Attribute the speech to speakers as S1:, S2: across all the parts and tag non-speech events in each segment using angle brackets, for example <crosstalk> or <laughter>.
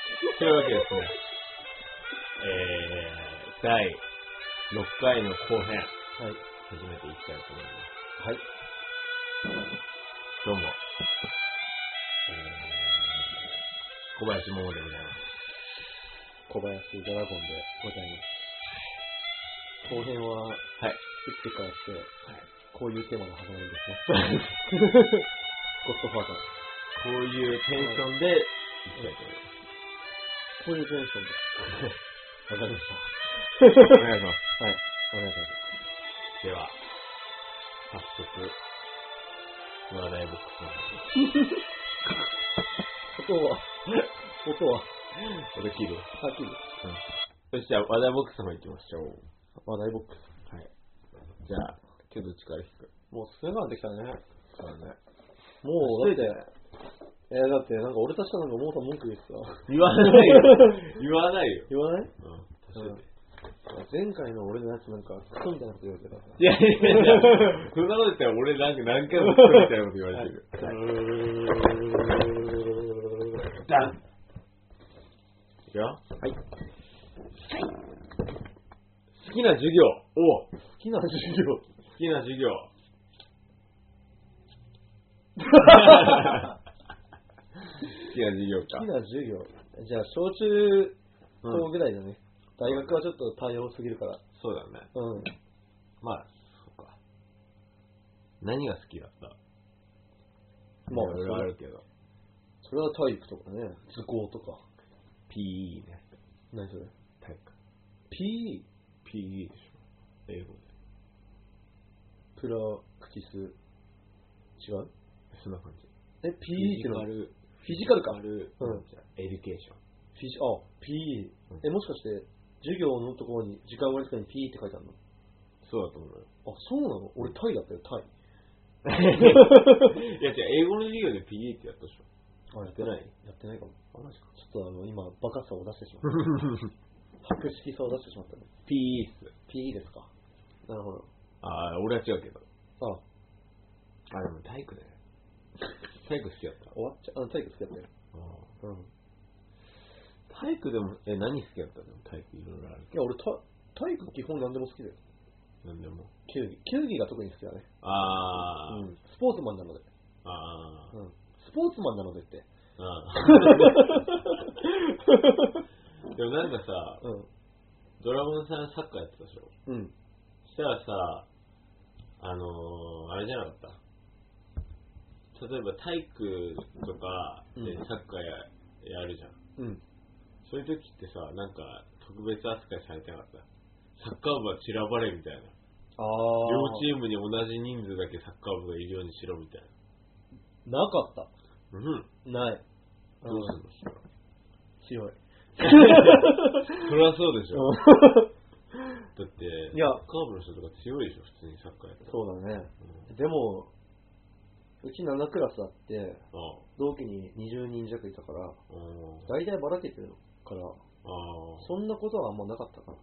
S1: けですね、えー、第6回の後編、
S2: はい。
S1: 始めていきたいと思います。
S2: はい。
S1: どうも、えー、小林桃でございます。
S2: 小林ドラゴンでございます。後編は、
S1: はい。
S2: 打って変わって、
S1: い
S2: こういうテーマが始まるんですね。 <laughs> ゴッドファーザー。
S1: こういうテンションで、いきたいと思いま
S2: こういうテンションで。わかりまし
S1: す。お願いします。
S2: た。はい。お願いします。
S1: では、早速、話題ブックスの
S2: 音は、音は、
S1: 話。できる
S2: はっきり。
S1: よし、じゃあ話題ボックスの方行きましょう。
S2: 話題ボックス。
S1: はい。じゃあ、今日どっちから引く
S2: もう進めなんできたね。
S1: そう <laughs> だね。
S2: もう、だって、えー、だって、なんか俺たちかなんかもうさん文句言ってた。
S1: 言わないよ。言わないよ。
S2: 言わない
S1: うん。
S2: うん前回の俺のやつなんか、クソみたいなこと言われてた。
S1: いやいやい
S2: <laughs>
S1: や、そんなこと言ったら俺なんか何回も作るみたいなこと言われてる。
S2: はい
S1: ダンいくよ
S2: はい。
S1: 好きな授業。おう
S2: 好きな授業。
S1: 好きな授業。好きな授業
S2: 好
S1: か
S2: き。な授業。じゃあ、小中
S1: う
S2: 高
S1: ん、
S2: ぐらいだね。大学はちょっと対応すぎるから。
S1: そうだね。
S2: うん。
S1: まあ、そうか。何が好きだった
S2: まあ
S1: いろいろあるけど。
S2: それは体育とかね。図工とか。
S1: PE ね。
S2: 何それ
S1: 体育。
S2: ?P、
S1: PE でしょ。英語で。
S2: プラクティス。違う
S1: そんな感じ。
S2: え、P ってのフ
S1: ル。
S2: ィジカルか。フィ
S1: ル。
S2: うん
S1: じゃあエデュケーション。
S2: ジ、あ、P
S1: うん。
S2: え、もしかして、授業のところに、時間割りとかに P って書いてあるの
S1: そうだと思う
S2: <laughs>
S1: よ。
S2: あ、そうなの俺タイだったよ、タイ。
S1: いや違う、英語の授業で PE ってやったで
S2: <laughs>
S1: し
S2: あ、やってないやってないかも。
S1: ょ。マジか。
S2: ちょっとあの、今、バカさを出してしまった。白色さを出してしまったね。
S1: PE っす。
S2: P ですか。なるほど。
S1: ああ、俺は違うけど。
S2: あ、
S1: あ、でも体育ね。体育好きだった。
S2: 終わっちゃう。あ、体育好きだったよ。うん。い
S1: 体育でも、え、何好きだったの体育いろいろあるけ
S2: や、俺、た体育基本何でも好きだよ。
S1: ど。なんでも。
S2: 球技。球技が特に好きだね。
S1: あー、
S2: うん。スポーツマンなので。
S1: あ
S2: うん。スポーツマンなの
S1: <laughs>
S2: でって。
S1: ー、あー。でもなんかさ、
S2: うん。
S1: ドラゴンさんサッカーやってたでしょ。
S2: うん。
S1: したらさ、あのー、あれじゃなかった例えば体育とかで
S2: うん
S1: サッカーや,、やるじゃん。
S2: うん。
S1: そういう時ってさ、なんか特別扱いされてなかった。サッカー部は散らばれみたいな。
S2: あ
S1: 両
S2: ー。
S1: チームに同じ人数だけサッカー部がいるようにしろみたいな。
S2: なかった。
S1: うん。
S2: ない。
S1: どうするの
S2: 強い。
S1: そりゃそうでしょ。だって、
S2: いや
S1: サッカー部の人とか強いでしょ、普通にサッカーやったら。
S2: <laughs> そうだね。
S1: うん。
S2: でも、うち7クラスあって、
S1: あ
S2: 同期に20人弱いたから、
S1: あ。うん
S2: 大体ばらけてるから、
S1: ああ。
S2: そんなことはあんまなかったから。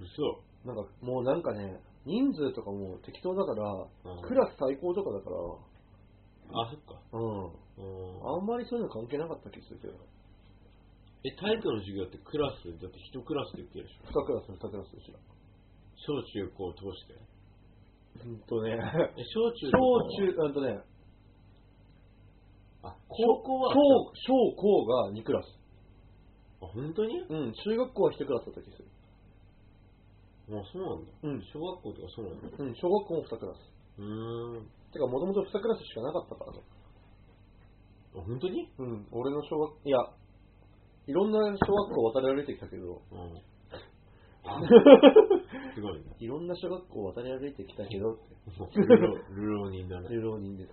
S1: 嘘。
S2: なんかもうなんかね、人数とかも適当だから、
S1: うん
S2: クラス対抗とかだから、
S1: あ、そっか。
S2: うん。
S1: うん
S2: あんまりそういうの関係なかった気がするけど、
S1: え、体育の授業ってクラス、だって一クラスで受けるでしょ
S2: 2クラス、2クラスでした。
S1: 小中高通して。
S2: うんとね、
S1: え、小中
S2: 小中、うんとね、
S1: あ、高校は
S2: 小、小高が2クラス。
S1: あ、本当に
S2: うん、中学校は1クラスだった気がする。
S1: もうそうなんだ。
S2: うん
S1: 小学校とかそうなんだ。
S2: うん、小学校も2クラス。
S1: うーん。
S2: てか、もともと2クラスしかなかったからね。
S1: あ、本当に
S2: うん、俺の小学、いや、いろんな小学校渡り歩いてきたけど、 <laughs>
S1: うん。あすごいね。
S2: いろんな小学校渡り歩いてきたけど、
S1: もうルロー、ルローになる。
S2: 流浪人です。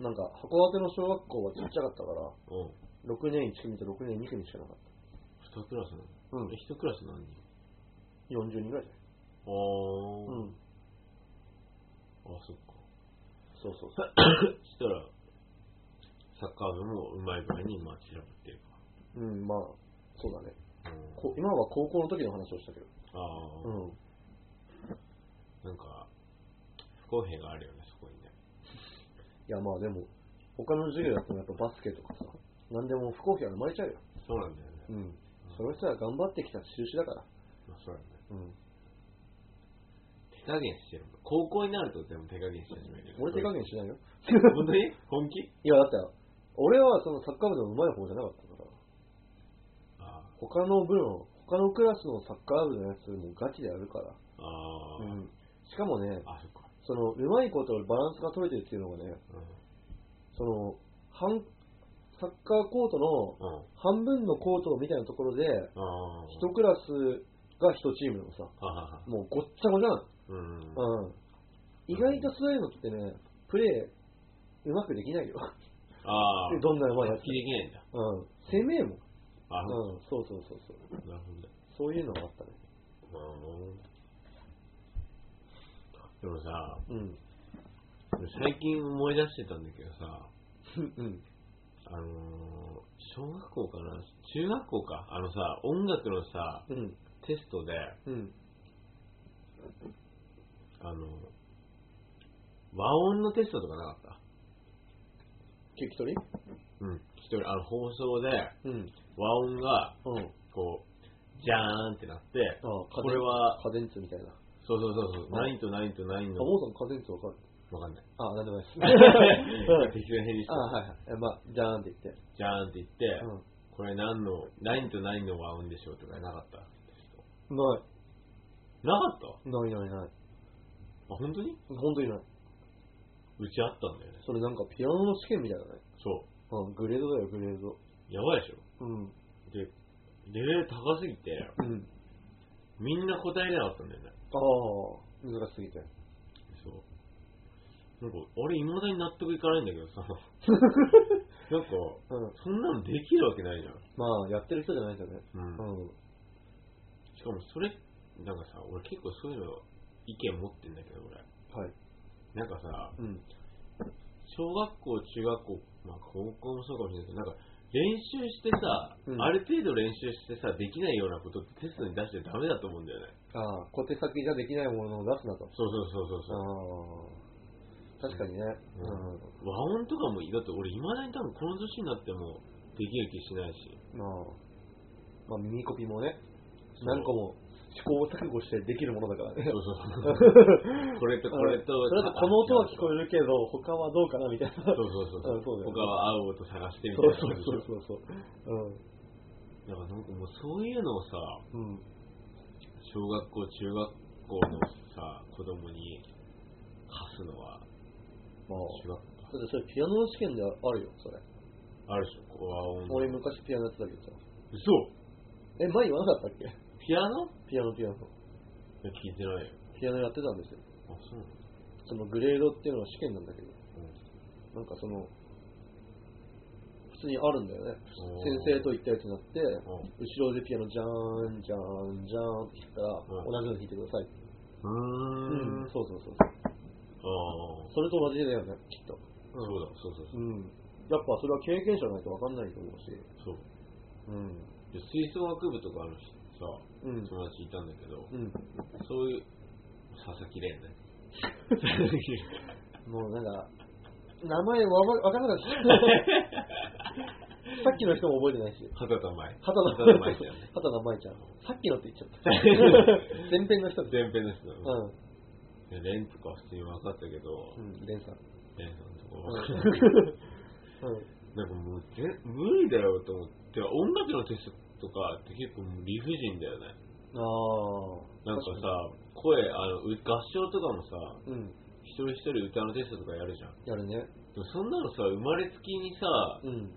S2: なんか、函館の小学校はちっちゃかったから、
S1: うん。うん。
S2: 6年1組と6年2組しかなかっ
S1: 二クラスなんだ。
S2: た。うん
S1: え、。一クラス何人
S2: 40人ぐらいだよ。
S1: あー。
S2: う
S1: あ、
S2: ん。
S1: そっ
S2: <laughs>
S1: か。
S2: そうそうそう。
S1: そしたら、サッカー部もうまい具合に、まあ、散らばってるか。
S2: うん、まあ、そうだね。
S1: うん
S2: こ今は高校の時の話をしたけど。
S1: ああ。
S2: うん。
S1: なんか、不公平があるよね、そこにね。
S2: いや、まあでも、他の授業だってもやっぱバスケとかさ、なんでも不公平が生まれちゃうよ。
S1: そうなんだよね。
S2: うん。その人は頑張ってきた印だから。
S1: まあそうだね。
S2: うん。
S1: 手加減してる。高校になるとでも手加減して始めるよね。
S2: 俺手加減しないよ。 <laughs>
S1: 本当 <laughs> に本気
S2: いや、だって、俺はそのサッカー部の上手い方じゃなかったから。
S1: あ
S2: 他の部の、他のクラスのサッカー部のやつもガチでやるから。
S1: あ。ああ。
S2: うん。しかもね、
S1: あ、そっか。
S2: その、うまいことバランスが取れてるっていうのがね、
S1: うん。
S2: その、半、サッカーコートの
S1: うん。
S2: 半分のコートみたいなところで、
S1: ああ。
S2: 一クラスが一チームのさ、
S1: ああ。
S2: もうごっちゃごちゃなの
S1: うん。
S2: うん。意外とそういうのってね、プレー、うまくできないよ。
S1: ああ。
S2: どんな上手いや
S1: 発揮できないんだ。
S2: つ。うん。攻めえもん。
S1: ああ。
S2: うん。そうそうそうそう。
S1: なるほどね。
S2: そういうのがあったね。
S1: うん。でもさ、
S2: うん。
S1: 最近思い出してたんだけどさ、
S2: うん。
S1: あのー、小学校かな中学校かあのさ、音楽のさ、
S2: うん。
S1: テストで、
S2: うん。
S1: あの、和音のテストとかなかった
S2: 聞き取り
S1: うん。一人、あの、放送で、
S2: うん。
S1: 和音が、
S2: うん。
S1: こう、じゃーんってなって、
S2: ああ、
S1: これは、
S2: 家電通みたいな。あ、
S1: そうそうそうそう、ナインとナインとナインの、
S2: モーさん家電通わかる
S1: わかん
S2: <laughs>
S1: ない。
S2: ああ、なんでもないです。うん
S1: 適当に返事して
S2: あ、はいはい。えまあ、じゃーんって言って。
S1: じゃーんって言って、
S2: う
S1: これ何の、ナインとナインの和音でしょうとかなかった
S2: ん。ない。
S1: なかった
S2: ないないない。
S1: あ、本当に
S2: 本当にない。
S1: うちあったんだよね。
S2: それなんかピアノの試験みたいだね。
S1: そ
S2: うん、グレードだよ、グレード。
S1: う。やばいでしょ
S2: うん。
S1: で、レベル高すぎて、
S2: うん。
S1: みんな答えれなかったんだよね。
S2: ああ、難しすぎて。
S1: そう。なんか、俺、未だに納得いかないんだけどさ。なんか、
S2: うん。
S1: そんなのできるわけないじゃん。
S2: まあ、やってる人じゃないとね。
S1: うん
S2: うん。
S1: しかも、それ、なんかさ、俺結構そういうの意見持ってんだけど、俺。
S2: はい。
S1: なんかさ、
S2: うん。
S1: 小学校、中学校、まあ高校もそうかもしれないけど、なんか、練習してさ、
S2: うん
S1: ある程度練習してさ、できないようなことってテストに出してダメだと思うんだよね。
S2: ああ、小手先じゃできないものを出すなと。
S1: そうそうそうそうそう。
S2: ああ。確かにね。
S1: う
S2: うん。
S1: 和音とかも、だって俺、未だに多分この年になってもできる気しないし。
S2: まあ、まあ、耳コピもね、
S1: そう
S2: 何個も試行錯誤してできるものだから
S1: そ
S2: ね。 <laughs>
S1: うそうそう。これとこれと。
S2: うんそれだとこの音は聞こえるけど、他はどうかなみたいな。
S1: そうそうそう。
S2: うんそうだよね
S1: 他は合う音探してみた
S2: そ
S1: いうな
S2: そ
S1: 感
S2: う
S1: じでしょ。
S2: そうそうそう。
S1: だからなんかもうそういうのをさ、
S2: うん。うん。
S1: 小学校、中学校のさ、子供に貸すのは、
S2: まあ、
S1: 中学校か
S2: だってそれピアノの試験であるよ、それ。
S1: あるでしょ、こう和音の。
S2: 俺昔ピアノやってたけどさ。
S1: 嘘
S2: え、前言わなかったっけ
S1: ピアノ
S2: ピアノピアノ。
S1: いや聞いてないよ。
S2: ピアノやってたんですよ。
S1: あ、そうなんだ。
S2: そのグレードっていうのは試験なんだけど、
S1: うん
S2: なんかその、普通にあるんだよね。
S1: おー
S2: 先生と一対一になって、
S1: うん
S2: 後ろでピアノじゃーん、じゃーん、じゃーんって弾ったら、
S1: うん
S2: 同じの弾いてください。
S1: うーん。あ
S2: そうそうそう。
S1: あ。
S2: それと同じだよね、きっと。
S1: そうだ、そうそうそうう。
S2: ん。やっぱそれは経験者ないと分かんないと思うし。
S1: そう。
S2: うん。
S1: で吹奏楽部とかある人さ、
S2: うん。
S1: 友達いたんだけど、
S2: うん。
S1: そういう、佐々木蓮
S2: <laughs>
S1: ね。佐々木
S2: もうなんか、名前わば分からなかっ
S1: <laughs>
S2: た。さっきの人も覚えてないし。
S1: 畑田舞。
S2: 畑田
S1: 畑田舞ちゃんね。
S2: 畑田舞ちゃん。さっきのって言っちゃ
S1: <laughs>
S2: った。前編の人で。
S1: 前編ですよ。
S2: うん。
S1: で蓮とか普通に分かったけど
S2: う、ん、レンさん。
S1: 蓮さんとか
S2: う
S1: 分かんない
S2: ん。うん
S1: なんかもうぜ無理だよと思って、音楽のテストとかって結構もう理不尽だよね。
S2: あ
S1: な
S2: あ。
S1: んかさ、声、あの、う合唱とかもさ、
S2: 確かに、うん。
S1: 一人一人歌のテストとかやるじゃん。
S2: やるね。
S1: でもそんなのさ、生まれつきにさ、
S2: うん。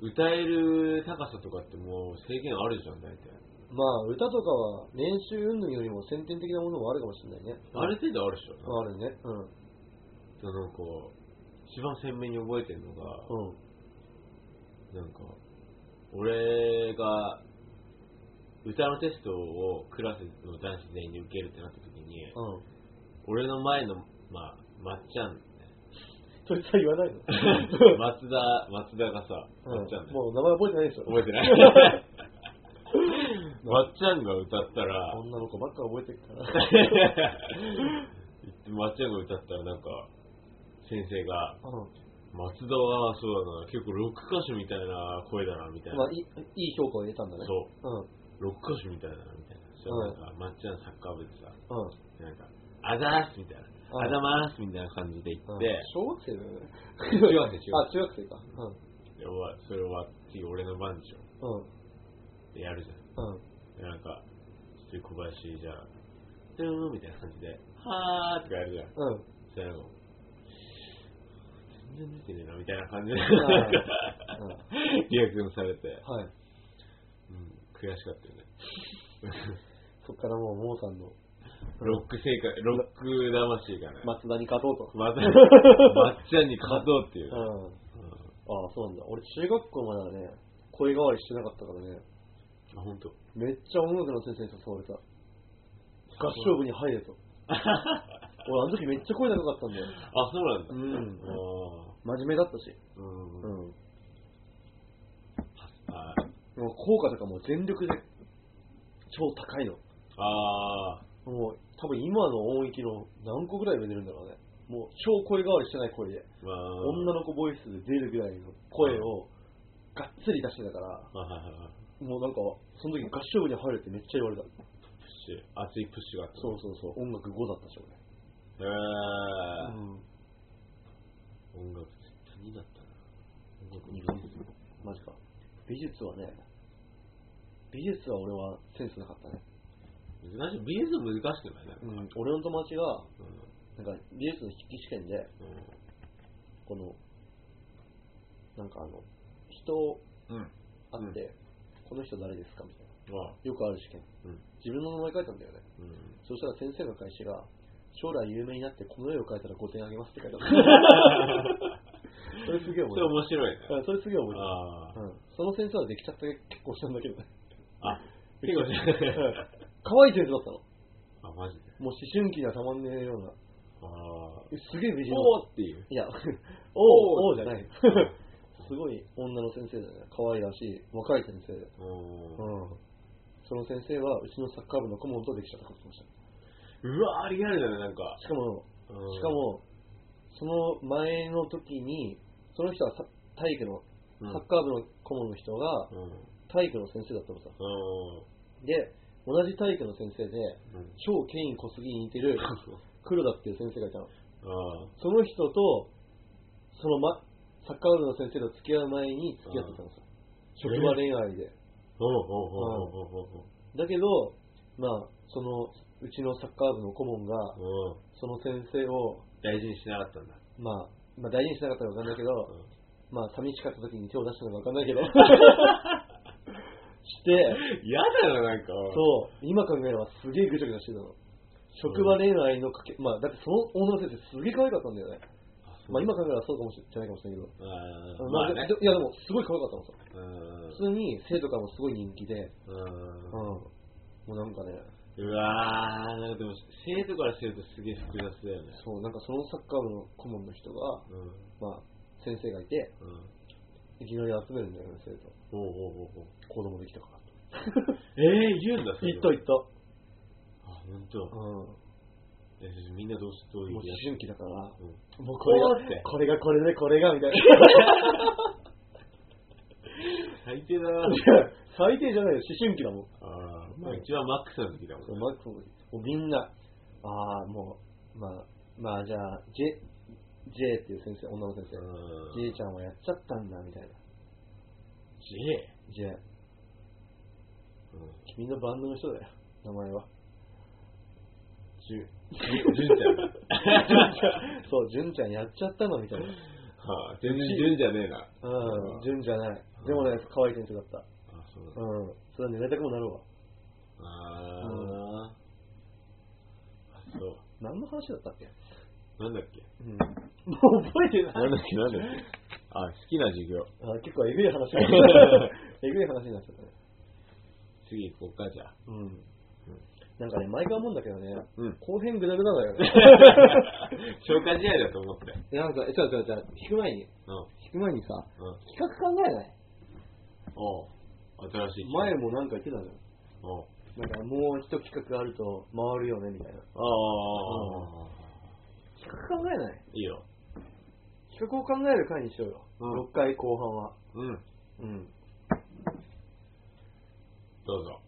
S1: 歌える高さとかってもう制限あるじゃん、大体。
S2: まあ、歌とかは練習運動よりも先天的なものもあるかもしれないね。
S1: ある程度あるでしょ。
S2: あるね。うん。
S1: でなんか、一番鮮明に覚えてるのが、
S2: うん。
S1: なんか、俺が、歌のテストをクラスの男子全員で受けるってなった時に、
S2: うん。
S1: 俺の前の、まあ、まっちゃん、
S2: <laughs> それさ、言わないの
S1: 松田、松田がさ、まっちゃん
S2: う
S1: ね
S2: ん、もう名前覚えてないでしょ。
S1: 覚えてない <laughs> まっちゃんが歌ったら、
S2: 女の子ばっか覚えてるから。
S1: <laughs> まっちゃんが歌ったらなんか、先生が、
S2: うん。
S1: 松田は、そうだな、結構6歌手みたいな声だな、みたい
S2: ま
S1: な
S2: あ、。いいいい評価を得たんだね。。
S1: そうう、6歌手みたいだな、みたいな。そううんなんか、まっちゃんサッカー部でさ、
S2: ん。うん。
S1: なんか、あざーすみたいな。あざまーすみたいな感じで言
S2: うん
S1: って、
S2: 小学生だよね。
S1: 中学生中
S2: <laughs> あ、中学生か。うん。
S1: で、終わそれ終わって、次俺の番でしょ。
S2: うん。
S1: で、やるじゃん。
S2: うん。
S1: でなんか、ちょっと小林じゃあ、うーんみたいな感じで、はーとかやるじゃん。
S2: うん。
S1: そしたらもう全然出てねえな、みたいな感じで、
S2: ん
S1: リアクションされて、
S2: は
S1: う
S2: い。
S1: ん、悔しかったよね。
S2: そっからもう、モーさんの
S1: ロック生活、ロック魂がね、
S2: 松田に勝とうと。
S1: また、まっちゃんに勝とうっていうう。
S2: ん。
S1: うん
S2: ああ、そうなんだ。俺、中学校まではね、声変わりしてなかったからね、
S1: あ、ほんと。
S2: めっちゃ音楽の先生に誘われた。合唱部に入れ <laughs> と。俺、あの時めっちゃ声高かったんだよ。
S1: あ、そうなんだ。
S2: うん
S1: あ
S2: 真面目だったし。
S1: ーうん
S2: う。ん。
S1: あ
S2: もう、効果とかもう全力で、超高いの。
S1: あ
S2: もう、多分今の音域の何個ぐらい上出るんだろうね。もう、超声変わりしてない声で。
S1: ー、まあ。
S2: 女の子ボイスで出るぐらいの声をがっつり出してたから、
S1: はいはいはいはい。
S2: もうなんか、その時合唱部に入るってめっちゃ言われた。
S1: プッシュ。熱いプッシュがあった。
S2: そうそうそう、音楽5だったし、
S1: へー
S2: 俺。う
S1: 音
S2: ん。
S1: 楽絶対2だったな。音楽
S2: 二
S1: 2
S2: だ
S1: だった。
S2: マジか。美術はね、美術は俺はセンスなかったね。
S1: 難しい。ビーズ難しくないなんか。
S2: うん。俺の友達が、
S1: うん。
S2: なんか美術の筆記試験で、この、なんかあの、人を
S1: うん。うん。
S2: 会って、この人誰ですかみたいな。
S1: ああ。
S2: よくある試験。
S1: うん。
S2: 自分の名前書いたんだよね。
S1: うん。
S2: そしたら先生の返しが、将来有名になってこの絵を描いたら5点あげますって書い <laughs> てあった。それすげえ面
S1: それ
S2: 白い。
S1: 面白いね。
S2: うんそれすげえ面白い。
S1: ああ。
S2: うんその先生はできちゃった結構したんだけどね。
S1: あ、結構
S2: う
S1: ね。
S2: ん可愛い先生だったの。
S1: あ、マジで。
S2: もう思春期にはたまんねえような。
S1: ああ。
S2: すげえ美人だっ
S1: おーっていう。
S2: た。いや、 <laughs> おお
S1: おー
S2: おーじゃ <laughs> ない。すごい女の先生だね。可愛らしい、若い先生で。
S1: おー
S2: うんその先生はうちのサッカー部の顧問とできちゃったかもしれました。
S1: うわー、リアルだね、なんか。
S2: しかも、
S1: うん
S2: しか、も、その前の時に、その人はさ体育の、
S1: うん
S2: サッカー部の顧問の人が
S1: うん。
S2: 体育の先生だったのさ。
S1: うん。
S2: で、同じ体育の先生で、
S1: うん
S2: 超ケイン小杉に似て
S1: <laughs>
S2: る黒田っていう先生がいたの。
S1: あ
S2: その人と、その、ま、サッカー部の先生と付き合う前に付き合ってたのさ。職場恋愛で。
S1: おおおおおお
S2: だけど、まあ、その、うちのサッカー部の顧問が、
S1: おお
S2: その先生を、
S1: 大事にしなかったんだ。
S2: まあ、まあ、大事にしなかったらわかんないけど、
S1: うん
S2: まあ、寂しかった時に手を出したのかわかん <laughs> ないけど。して、
S1: 嫌だな、なんか。
S2: そう、今考えればすげえぐちゃぐちゃしてたの。職場恋愛のかけ、まあ、だってその女の先生すげえ可愛かったんだよね。まあ、今考えればそうかもしれないかもしれないけど。
S1: あー
S2: うん
S1: まあ
S2: まあ
S1: ね
S2: で。いや、でも、すごい可愛かったのさ。
S1: うん
S2: 普通に生徒からもすごい人気で、うん。
S1: う
S2: もうなんかね、
S1: ん。うわー、なんかでも、生徒からするとすげえ複雑だよね。
S2: そう、なんかそのサッカー部の顧問の人が、
S1: うん。うん。
S2: まあ、先生がいて、いきなり集めるんだよね、生徒。
S1: おうおうおうおう
S2: 子供できたから。
S1: えー、言うんだ、
S2: 行った行った。
S1: あ、ほんと
S2: う。ん。
S1: えみんなどうしどういう
S2: もう思
S1: や
S2: 春期だから、
S1: つうん
S2: もうこれ
S1: おーって
S2: が、これがこれでこれがみ <laughs> たいな。
S1: 最低だな。
S2: 最低じゃないよ、思春期だもん。
S1: あーまあ一番マックスの時だもんね。
S2: マックももうみんな、ああ、もう、まあ、まあじゃあ、J、J っていう先生、女の先生、
S1: うん
S2: J ちゃんはやっちゃったんだ、みたいな。
S1: J。
S2: J、
S1: うん
S2: 君のバンドの人だよ、名前 <laughs> は。
S1: じゅん。じゅんちゃん。
S2: そう、純ちゃんやっちゃったの、みたいな。
S1: はあ、全然じゅんじゃねえな。
S2: うん、純じゃない。
S1: うん
S2: でもね、可愛い先生だった。
S1: あ、そうだ。
S2: うん、それは狙いたくもなるわ。
S1: あー。あ、そう。
S2: 何の話だったっけ
S1: なんだっけ
S2: うん。 <laughs> もう覚えてない。
S1: なんだっけなんだっけあ、好きな授業。
S2: あ結構えぐい話
S1: <laughs>
S2: になっえぐい話になっちゃったね。
S1: 次行こうか、じゃあ。
S2: うん。なんかね、毎回思うんだけどね、
S1: うん。
S2: 後編ぐだぐだだよね。
S1: <laughs> 消化試合だと思って。
S2: いやなんか、え、違う違う違う、聞く前に、
S1: うん。
S2: 聞く前にさ、
S1: うん。
S2: 企画考えない
S1: おう。新しい。
S2: 前もなんか言ってたじゃん。
S1: おう。
S2: なんか、もう一企画あると回るよね、みたいな。
S1: ああ。
S2: 企画考えない
S1: いよ。
S2: 企画を考える回にしようよ。
S1: うん
S2: 6回後半は。
S1: うん。 <laughs>
S2: うん。
S1: どうぞ。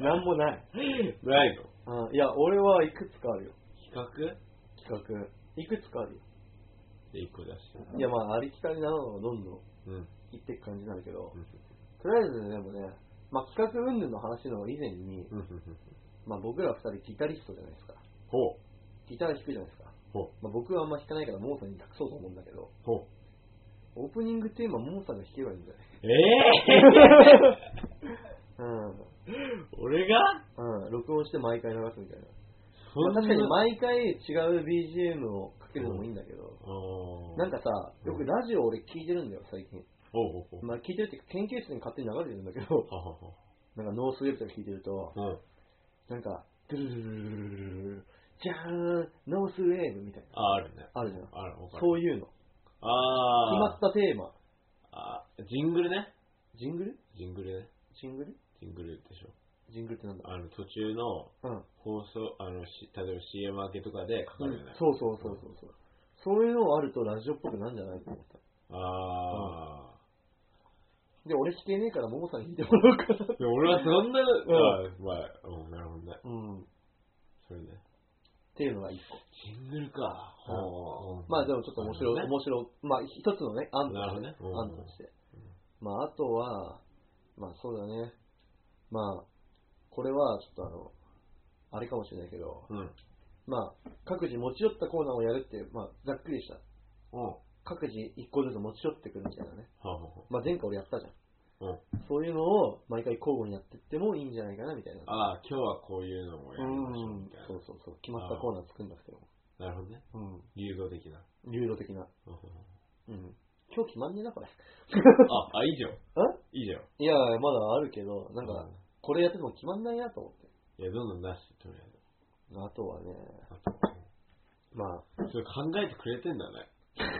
S2: なんもない。
S1: <laughs> ないの
S2: あいや、俺はいくつかあるよ。
S1: 企画
S2: 企画。いくつかあるよ。
S1: で一個出して。
S2: いや、まあ、ありきたりなのをどんどん
S1: うん。
S2: 言っていく感じになるけど、とりあえずねでもね、まあ、企画云々の話の以前に、
S1: うんうんうん
S2: まあ、僕ら二人ギタリストじゃないですか。
S1: ほう。
S2: ギター弾くじゃないですか。
S1: ほう。
S2: まあ、僕はあんま弾かないからモーさんに託そうと思うんだけど、
S1: ほう。
S2: オープニングテーマモーさんが弾けばいいんじゃない
S1: え <laughs> え俺が
S2: うん。うん。録音して毎回流すみたいな。
S1: そ
S2: まあ、確かに
S1: あ
S2: 毎回違う BGM をかけるのもいいんだけど、
S1: ー
S2: なんかさ、よくラジオ俺聞いてるんだよ、最近。
S1: ほうほうほう。
S2: まあ、聞いてるっていうか研究室に勝手に流れてるんだけど、
S1: ははは
S2: なんかノースウェブとか聞いてると、
S1: うん。
S2: なんか、ドゥルルルルルルルルじゃーん、ノースウェーブみたいな。
S1: あ、あるね。
S2: あるじゃん。
S1: ある、わかる。
S2: そういうの。決ま
S1: あ
S2: ったテーマ。
S1: あ。あ、ジングルね。
S2: ジングル
S1: ジングルね。
S2: ジングル
S1: ジングルでしょ。
S2: ジングルってなんだ
S1: あの、途中の
S2: うん。
S1: 放送、あの、し例えば CM 明けとかでかか
S2: う
S1: るよ
S2: ん
S1: ね。
S2: そうそうそうそうそう。そういうのあるとラジオっぽくなんじゃないと思った。
S1: ああ。
S2: で、俺弾けねえから、ももさん弾いてもらおうかな。
S1: でも俺はそんな、
S2: ん
S1: あまあ、うん、なるほどね。
S2: うん。っ
S1: それね。
S2: ていうのが一個。
S1: ジングルか。ほう
S2: まあでもちょっと面白い、
S1: なるほどね
S2: 面白い、まあ一つのね、案
S1: なる
S2: と
S1: ほ
S2: し
S1: ど
S2: て、
S1: ねうん
S2: 案として。まああとは、まあそうだね、まあ、これはちょっとあの、あれかもしれないけど、
S1: うん。
S2: まあ各自持ち寄ったコーナーをやるっていう、まあざっくりした、
S1: うん。は
S2: 各自一個ずつ持ち寄ってくるみたいなね。
S1: あはあは
S2: まあ前回俺やったじゃん。
S1: あうん。
S2: そういうのを毎回交互にやってってもいいんじゃないかなみたいな。
S1: ああ、今日はこういうのもや
S2: う
S1: りましょうんみたいな。
S2: そうそうそう。決まったコーナー作んなくても。
S1: なるほどね。
S2: うん。
S1: 流動的な。
S2: 流動的な。
S1: うんうんうん
S2: うん。今日決まんねえな、これ。
S1: あ、あ、いいじゃん。
S2: ん
S1: いいじゃん。
S2: いや、まだあるけど、なん
S1: う
S2: か
S1: ん、
S2: これやってても決まんないなと思って。
S1: いや、どんどん出して、とりあえず。
S2: あと
S1: <laughs>
S2: はね、
S1: あと、
S2: まあ、
S1: それ考えてくれてんだ
S2: <laughs>
S1: ね。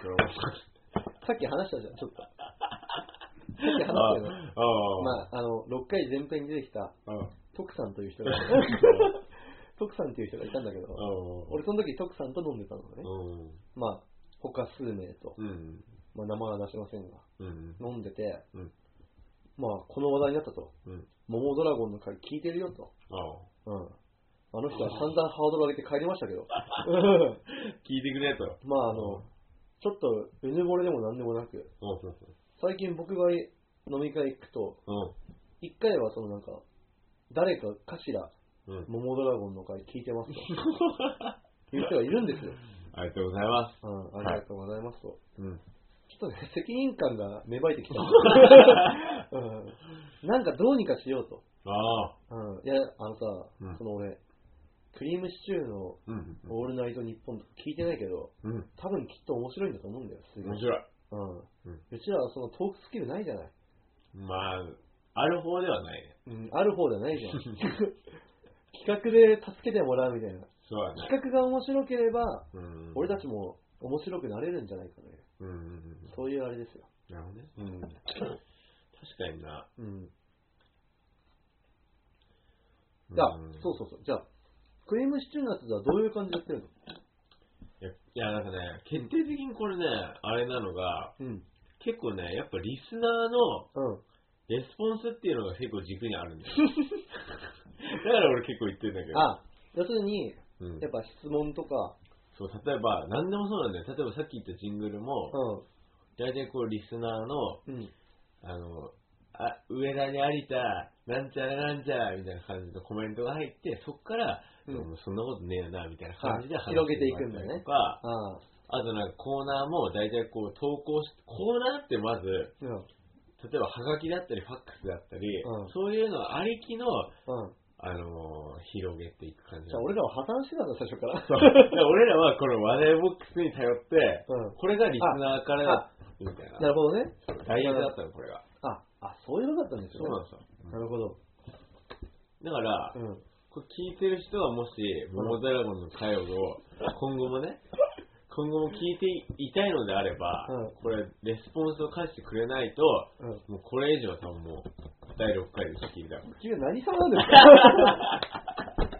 S1: これ面白い
S2: さっき話したじゃ
S1: <laughs>
S2: ん、ちょっと。さっき話した
S1: あ
S2: けど、
S1: あ、
S2: まあ、あの、6回前編に出てきた、
S1: あ、うん。
S2: 徳さんという
S1: <laughs>
S2: 人が、徳さんっていう人がいたんだけど、俺その時徳さんと飲んでたのね。
S1: うん。
S2: まあ、他数名と、
S1: うん。
S2: まあ、名前は出しませんが、
S1: うん。
S2: 飲んでて、
S1: うん
S2: まあ、この話題になったと。
S1: うん。
S2: 桃ドラゴンの回聞いてるよと。
S1: ああ。
S2: うん。あの人は散々ハードル上げて帰りましたけど。
S1: <laughs> 聞いてくれと。
S2: まああ
S1: う
S2: の、ちょっとうぬぼれでもなんでもなく、
S1: うん。うん。
S2: 最近僕が飲み会行くと、一回はそのなんか、誰かかしら、
S1: うん。うん。
S2: 桃ドラゴンの回聞いてます
S1: <laughs>
S2: という人がいるんですよ。
S1: ありがとうございます。
S2: うん、ありがとうございますと。
S1: うん。
S2: ちょっとね、責任感が芽生えてきた。うん、なんかどうにかしようと。
S1: <laughs> ああ。
S2: うん、いや、あのさ、
S1: うん
S2: その俺、クリームシチューの
S1: うん。
S2: オールナイトニッポンとか聞いてないけど、
S1: うん。
S2: 多分きっと面白いんだと思うんだよ、すごい
S1: 面白い。
S2: うん。
S1: うん
S2: うちらはそのトークスキルないじゃない。
S1: まあ、ある方ではない
S2: <laughs>
S1: ね。
S2: うん、ある方じゃないじ
S1: <laughs>
S2: ゃん。企画で助けてもらうみたいな。
S1: そうだね。
S2: 企画が面白ければ、
S1: うん。
S2: 俺た
S1: ち。
S2: ちも面白くなれるんじゃないかね。
S1: うんうんうん。
S2: そういうあれですよ。
S1: なるほどね。
S2: うん。
S1: 確かにな。
S2: うん。じゃあ、そうそうそう。じゃあ、クリームシチューのやつはどういう感じでやってるの
S1: いや、いやなんかね、決定的にこれね、あれなのが、
S2: うん。
S1: 結構ね、やっぱリスナーの
S2: うん。
S1: レスポンスっていうのが結構軸にあるんだ
S2: <laughs>
S1: よ。だから俺結構言ってんだけど。
S2: あ、要するに、
S1: うん
S2: やっぱ質問とか、
S1: そう、例えば、何でもそうなんだよ。例えばさっき言ったジングルも、
S2: う
S1: 大体こう、リスナーの、
S2: ん。うん。
S1: あの、あ、上田に有田、なんちゃらなんちゃら、みたいな感じのコメントが入って、そっから、
S2: うん
S1: でもそんなことねえよな、みたいな感じで
S2: はい
S1: 話
S2: 広げていくんだね
S1: とか、
S2: ああ。
S1: あとなんかコーナーも大体こう投稿し、コーナーってまず、
S2: うん。うん。
S1: 例えばハガキだったりファックスだったり、
S2: うん
S1: そういうのありきの、あのー広げていく感じ
S2: じゃあ、俺らは破綻してたんだ、最初から。 <laughs>
S1: そうだから俺らはこの話題ボックスに頼って、
S2: うん
S1: これがリスナーからだ、みたい
S2: な
S1: な。
S2: るほどね。
S1: 大変だったの、これが。
S2: あ、あ、そういうことだったんです
S1: そうなん
S2: よ、ね。
S1: ですよ。
S2: なるほど。
S1: だから
S2: う、ん。
S1: これ聞いてる人はもし、モモドラゴンの会話を、今後もね、今後も聞いていたいのであれば、
S2: うん
S1: これ、レスポンスを返してくれないと、 <laughs>
S2: うん。
S1: もうこれ以上は多分もう、第6回で仕切り
S2: <laughs>
S1: だ。
S2: 君は何様なんですか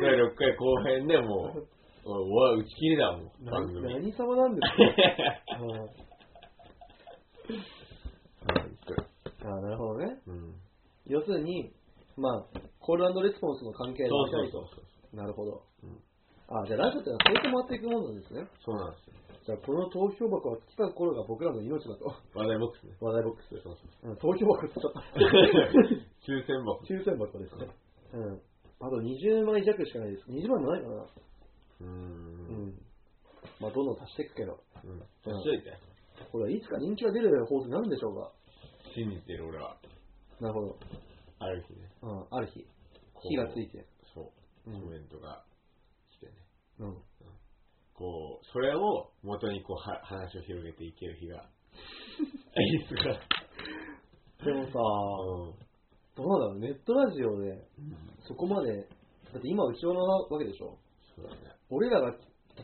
S1: 第6回後編でもう、おい、打ち切りだもん、番
S2: 何
S1: 組。
S2: 何様なん
S1: <laughs>
S2: ですか、うんああ、なるほどね。
S1: うん。
S2: 要するに、まあ、コールレスポンスの関係で
S1: そうそうそうそう。
S2: なるほど。
S1: うん
S2: あじゃあラジオってのはそうやって回っていくものなんですね。
S1: そうなんですよ。
S2: じゃあこの投票箱が来た頃が僕らの命だと。
S1: 話題ボックスね。
S2: 話題ボックス。
S1: そうそうそう。
S2: うん、投票箱って言っちゃっ
S1: 抽選箱
S2: た。。抽選箱ですね。うん。あと20枚弱しかないです。20枚もないかな。
S1: うー。
S2: うんん。まあどんどん足していくけど、
S1: うん。そしといて。
S2: これはいつか人気が出る方法なんでしょうか。
S1: 信じてる俺は。
S2: なるほど。
S1: ある日ね。
S2: うん、ある日、
S1: こう
S2: 火がついて。
S1: そう。
S2: う
S1: コ
S2: ん
S1: メントが来てね。
S2: うん。
S1: こう、それを元にこうは話を広げていける日が。いつか。
S2: でもさ、どうなんだろう、ネットラジオで、
S1: うん。
S2: そこまで、だって今、うちのなわけでしょ。
S1: そうだね。
S2: 俺らが、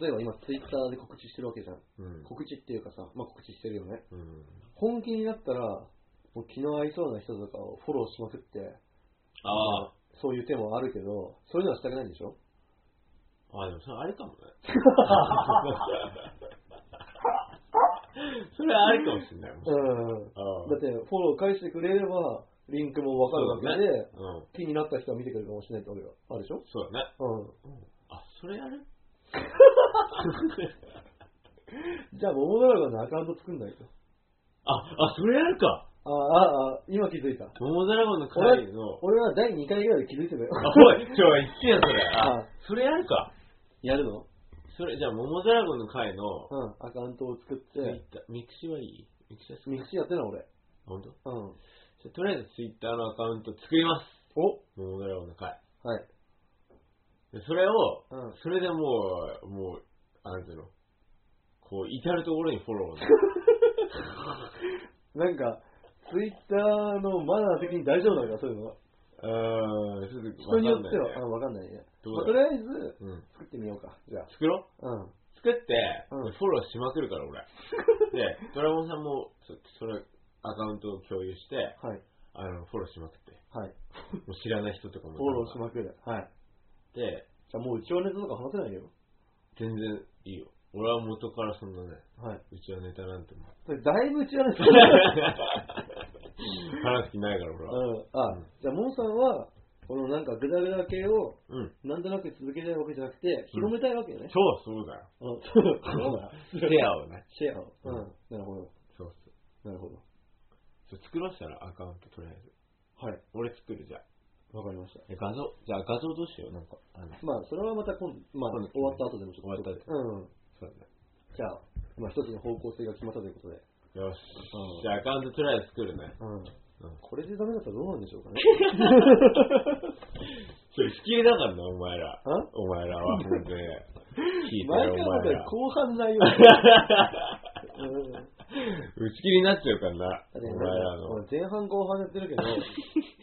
S2: 例えば今、ツイッターで告知してるわけじゃん。
S1: うん。
S2: 告知っていうかさ、まあ告知してるよね。
S1: うん。
S2: 本気になったら、もう気の合いそうな人とかをフォローしまくって、
S1: ああ。
S2: そういう手もあるけど、そういうのはしたくないんでしょ
S1: あ、でもそれあれかも
S2: <laughs>
S1: ね。それはあれかもしれない。あ
S2: うん。
S1: あ
S2: だって、フォロー返してくれれば、リンクもわかるわけで、
S1: うん。
S2: 気になった人は見てくれるかもしれないってわけよ。あるでしょ
S1: そうだね。
S2: う
S1: あ、それやる <laughs>
S2: ん。じゃあ、桃ドラゴンのアカウント作んないと。
S1: あ、あ、それやるか
S2: ああ、ああ、今気づいた。
S1: 桃ドラゴンの会の。
S2: 俺は第2回ぐらいで気づいてたよ。
S1: あ、おい、ちょ、言ってよ、それ。
S2: あ
S1: あ、それやるか。
S2: <laughs> やるの
S1: それ、じゃあ、桃ドラゴンの会の、
S2: うん、アカウントを作っ
S1: ツイッタ
S2: て、
S1: ー、ミクシィはいいミクシィは好き
S2: ミクシィやってんの俺。
S1: ほんと
S2: うん。
S1: じゃあとりあえずツイッターのアカウント作ります。
S2: お
S1: 桃ドラゴンの会。
S2: はい。
S1: でそれを、
S2: うん。
S1: それでもう、もう、なんていうの、こう、至るところにフォローを
S2: <laughs>
S1: ね
S2: なんか、ツイッターのマナー的に大丈夫なのか、そういうのは。
S1: うーん、ちょっと
S2: 人
S1: わ
S2: に
S1: か
S2: よ
S1: ん
S2: っ
S1: ない
S2: て
S1: ね、
S2: は、うん、わかんないね。
S1: ど
S2: まあ、
S1: う
S2: と
S1: だ
S2: りあえず、
S1: うん。
S2: 作ってみようか、じゃあ。
S1: 作ろう
S2: うん。
S1: 作って、
S2: うん
S1: フォローしまくるから、
S2: <laughs>
S1: 俺。で、ドラゴンさんも、そそれ、アカウントを共有して、
S2: はい。
S1: あの、フォローしまくって。
S2: はい。
S1: もう知らない人とかも。
S2: フォローしまくる。はい。
S1: で、
S2: じゃあ、もう、一応ネタとか話せないよ。
S1: 全然いいよ。俺は元からそんなね、
S2: はい。
S1: うちはネタなんてもう。
S2: <laughs> それだいぶ違うんですよ
S1: 話す気ないから、俺は。
S2: <laughs> うん。あ、じゃあ、モンさんは、このなんか、グダグダ系を、
S1: うん。
S2: なんとなく続けたいわけじゃなくて、広めたいわけよね。
S1: そう、そう
S2: <laughs>
S1: だよ。
S2: うん。そうだ。
S1: シェアをね。
S2: <laughs> シェアを。う
S1: うん
S2: ん。なるほど。
S1: そうそう。
S2: なるほど。
S1: そう作らせたらアカウントとりあえず。
S2: はい。
S1: 俺作るじゃん。
S2: わかりました。
S1: え画像、じゃあ画像どうしようなんか、あの、
S2: まあ、それはまた今、まあ、
S1: そうですね
S2: 終わった後でもちょっと。
S1: 終わった後で
S2: うん。
S1: そうだね。
S2: じゃあ、まあ、一つの方向性が決まったということで。
S1: よし。
S2: うん
S1: じゃあアカウントとりあえず作るね。
S2: うん。
S1: うん。
S2: これでダメだったらどうなんでしょうかね。
S1: それ、仕切りだからな、お前ら
S2: ん。
S1: お前らは、ほんとに。聞いて
S2: 前
S1: よ、
S2: か
S1: お
S2: らだ
S1: 前
S2: ったら
S1: ら。
S2: 後半内容。うん。だ
S1: <laughs> 打ち切りになっちゃうからな、
S2: ってね
S1: お前らの。は
S2: 俺前半後半やってる
S1: <laughs>
S2: けど、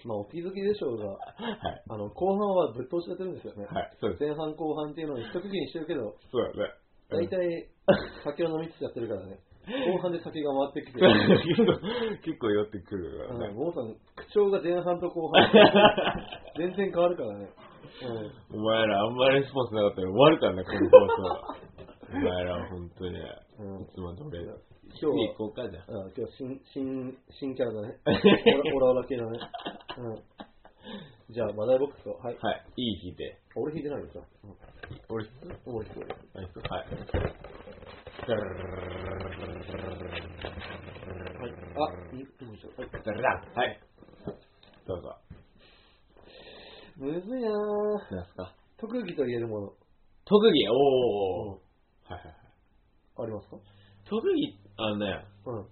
S2: まあ、お気づきでしょうが、
S1: い。
S2: あの、後半はぶっ通しやってるんですよね。
S1: はい、そうです。
S2: 前半後半っていうのを一区切りにしてるけど、
S1: そうだね。
S2: 大体、酒を飲みつつやってるか
S1: <laughs>
S2: らね。後半で酒が回ってきてる。
S1: うん <laughs> 結構寄ってくるか
S2: う
S1: らね。
S2: ん、モーさん、口調が前半と後半、
S1: <laughs>
S2: 全然変わるからね。
S1: お前らあんまりレスポンスなかったら終わるからね、こ <laughs> の放送。お前らは本当に。
S2: うん。うん、
S1: いつもどれ。
S2: 今日
S1: 次行
S2: は、
S1: こうかじゃん。
S2: うん、今日新、新、新キャラ <laughs> だね。オラオラ系だね。うん。じゃあ、マダイボックスを。はい。
S1: はい、いい日で。
S2: 俺弾いてないのさ。うん
S1: 俺、
S2: 俺弾く俺
S1: はい。はい。
S2: はい。あ、いいいいでしょ。はい。
S1: はい。どうぞ。
S2: むずいなぁ。
S1: 何すか
S2: 特技と言えるもの。
S1: 特技、おお、はいはいはい。
S2: ありますか
S1: 特技、あのね、
S2: うん。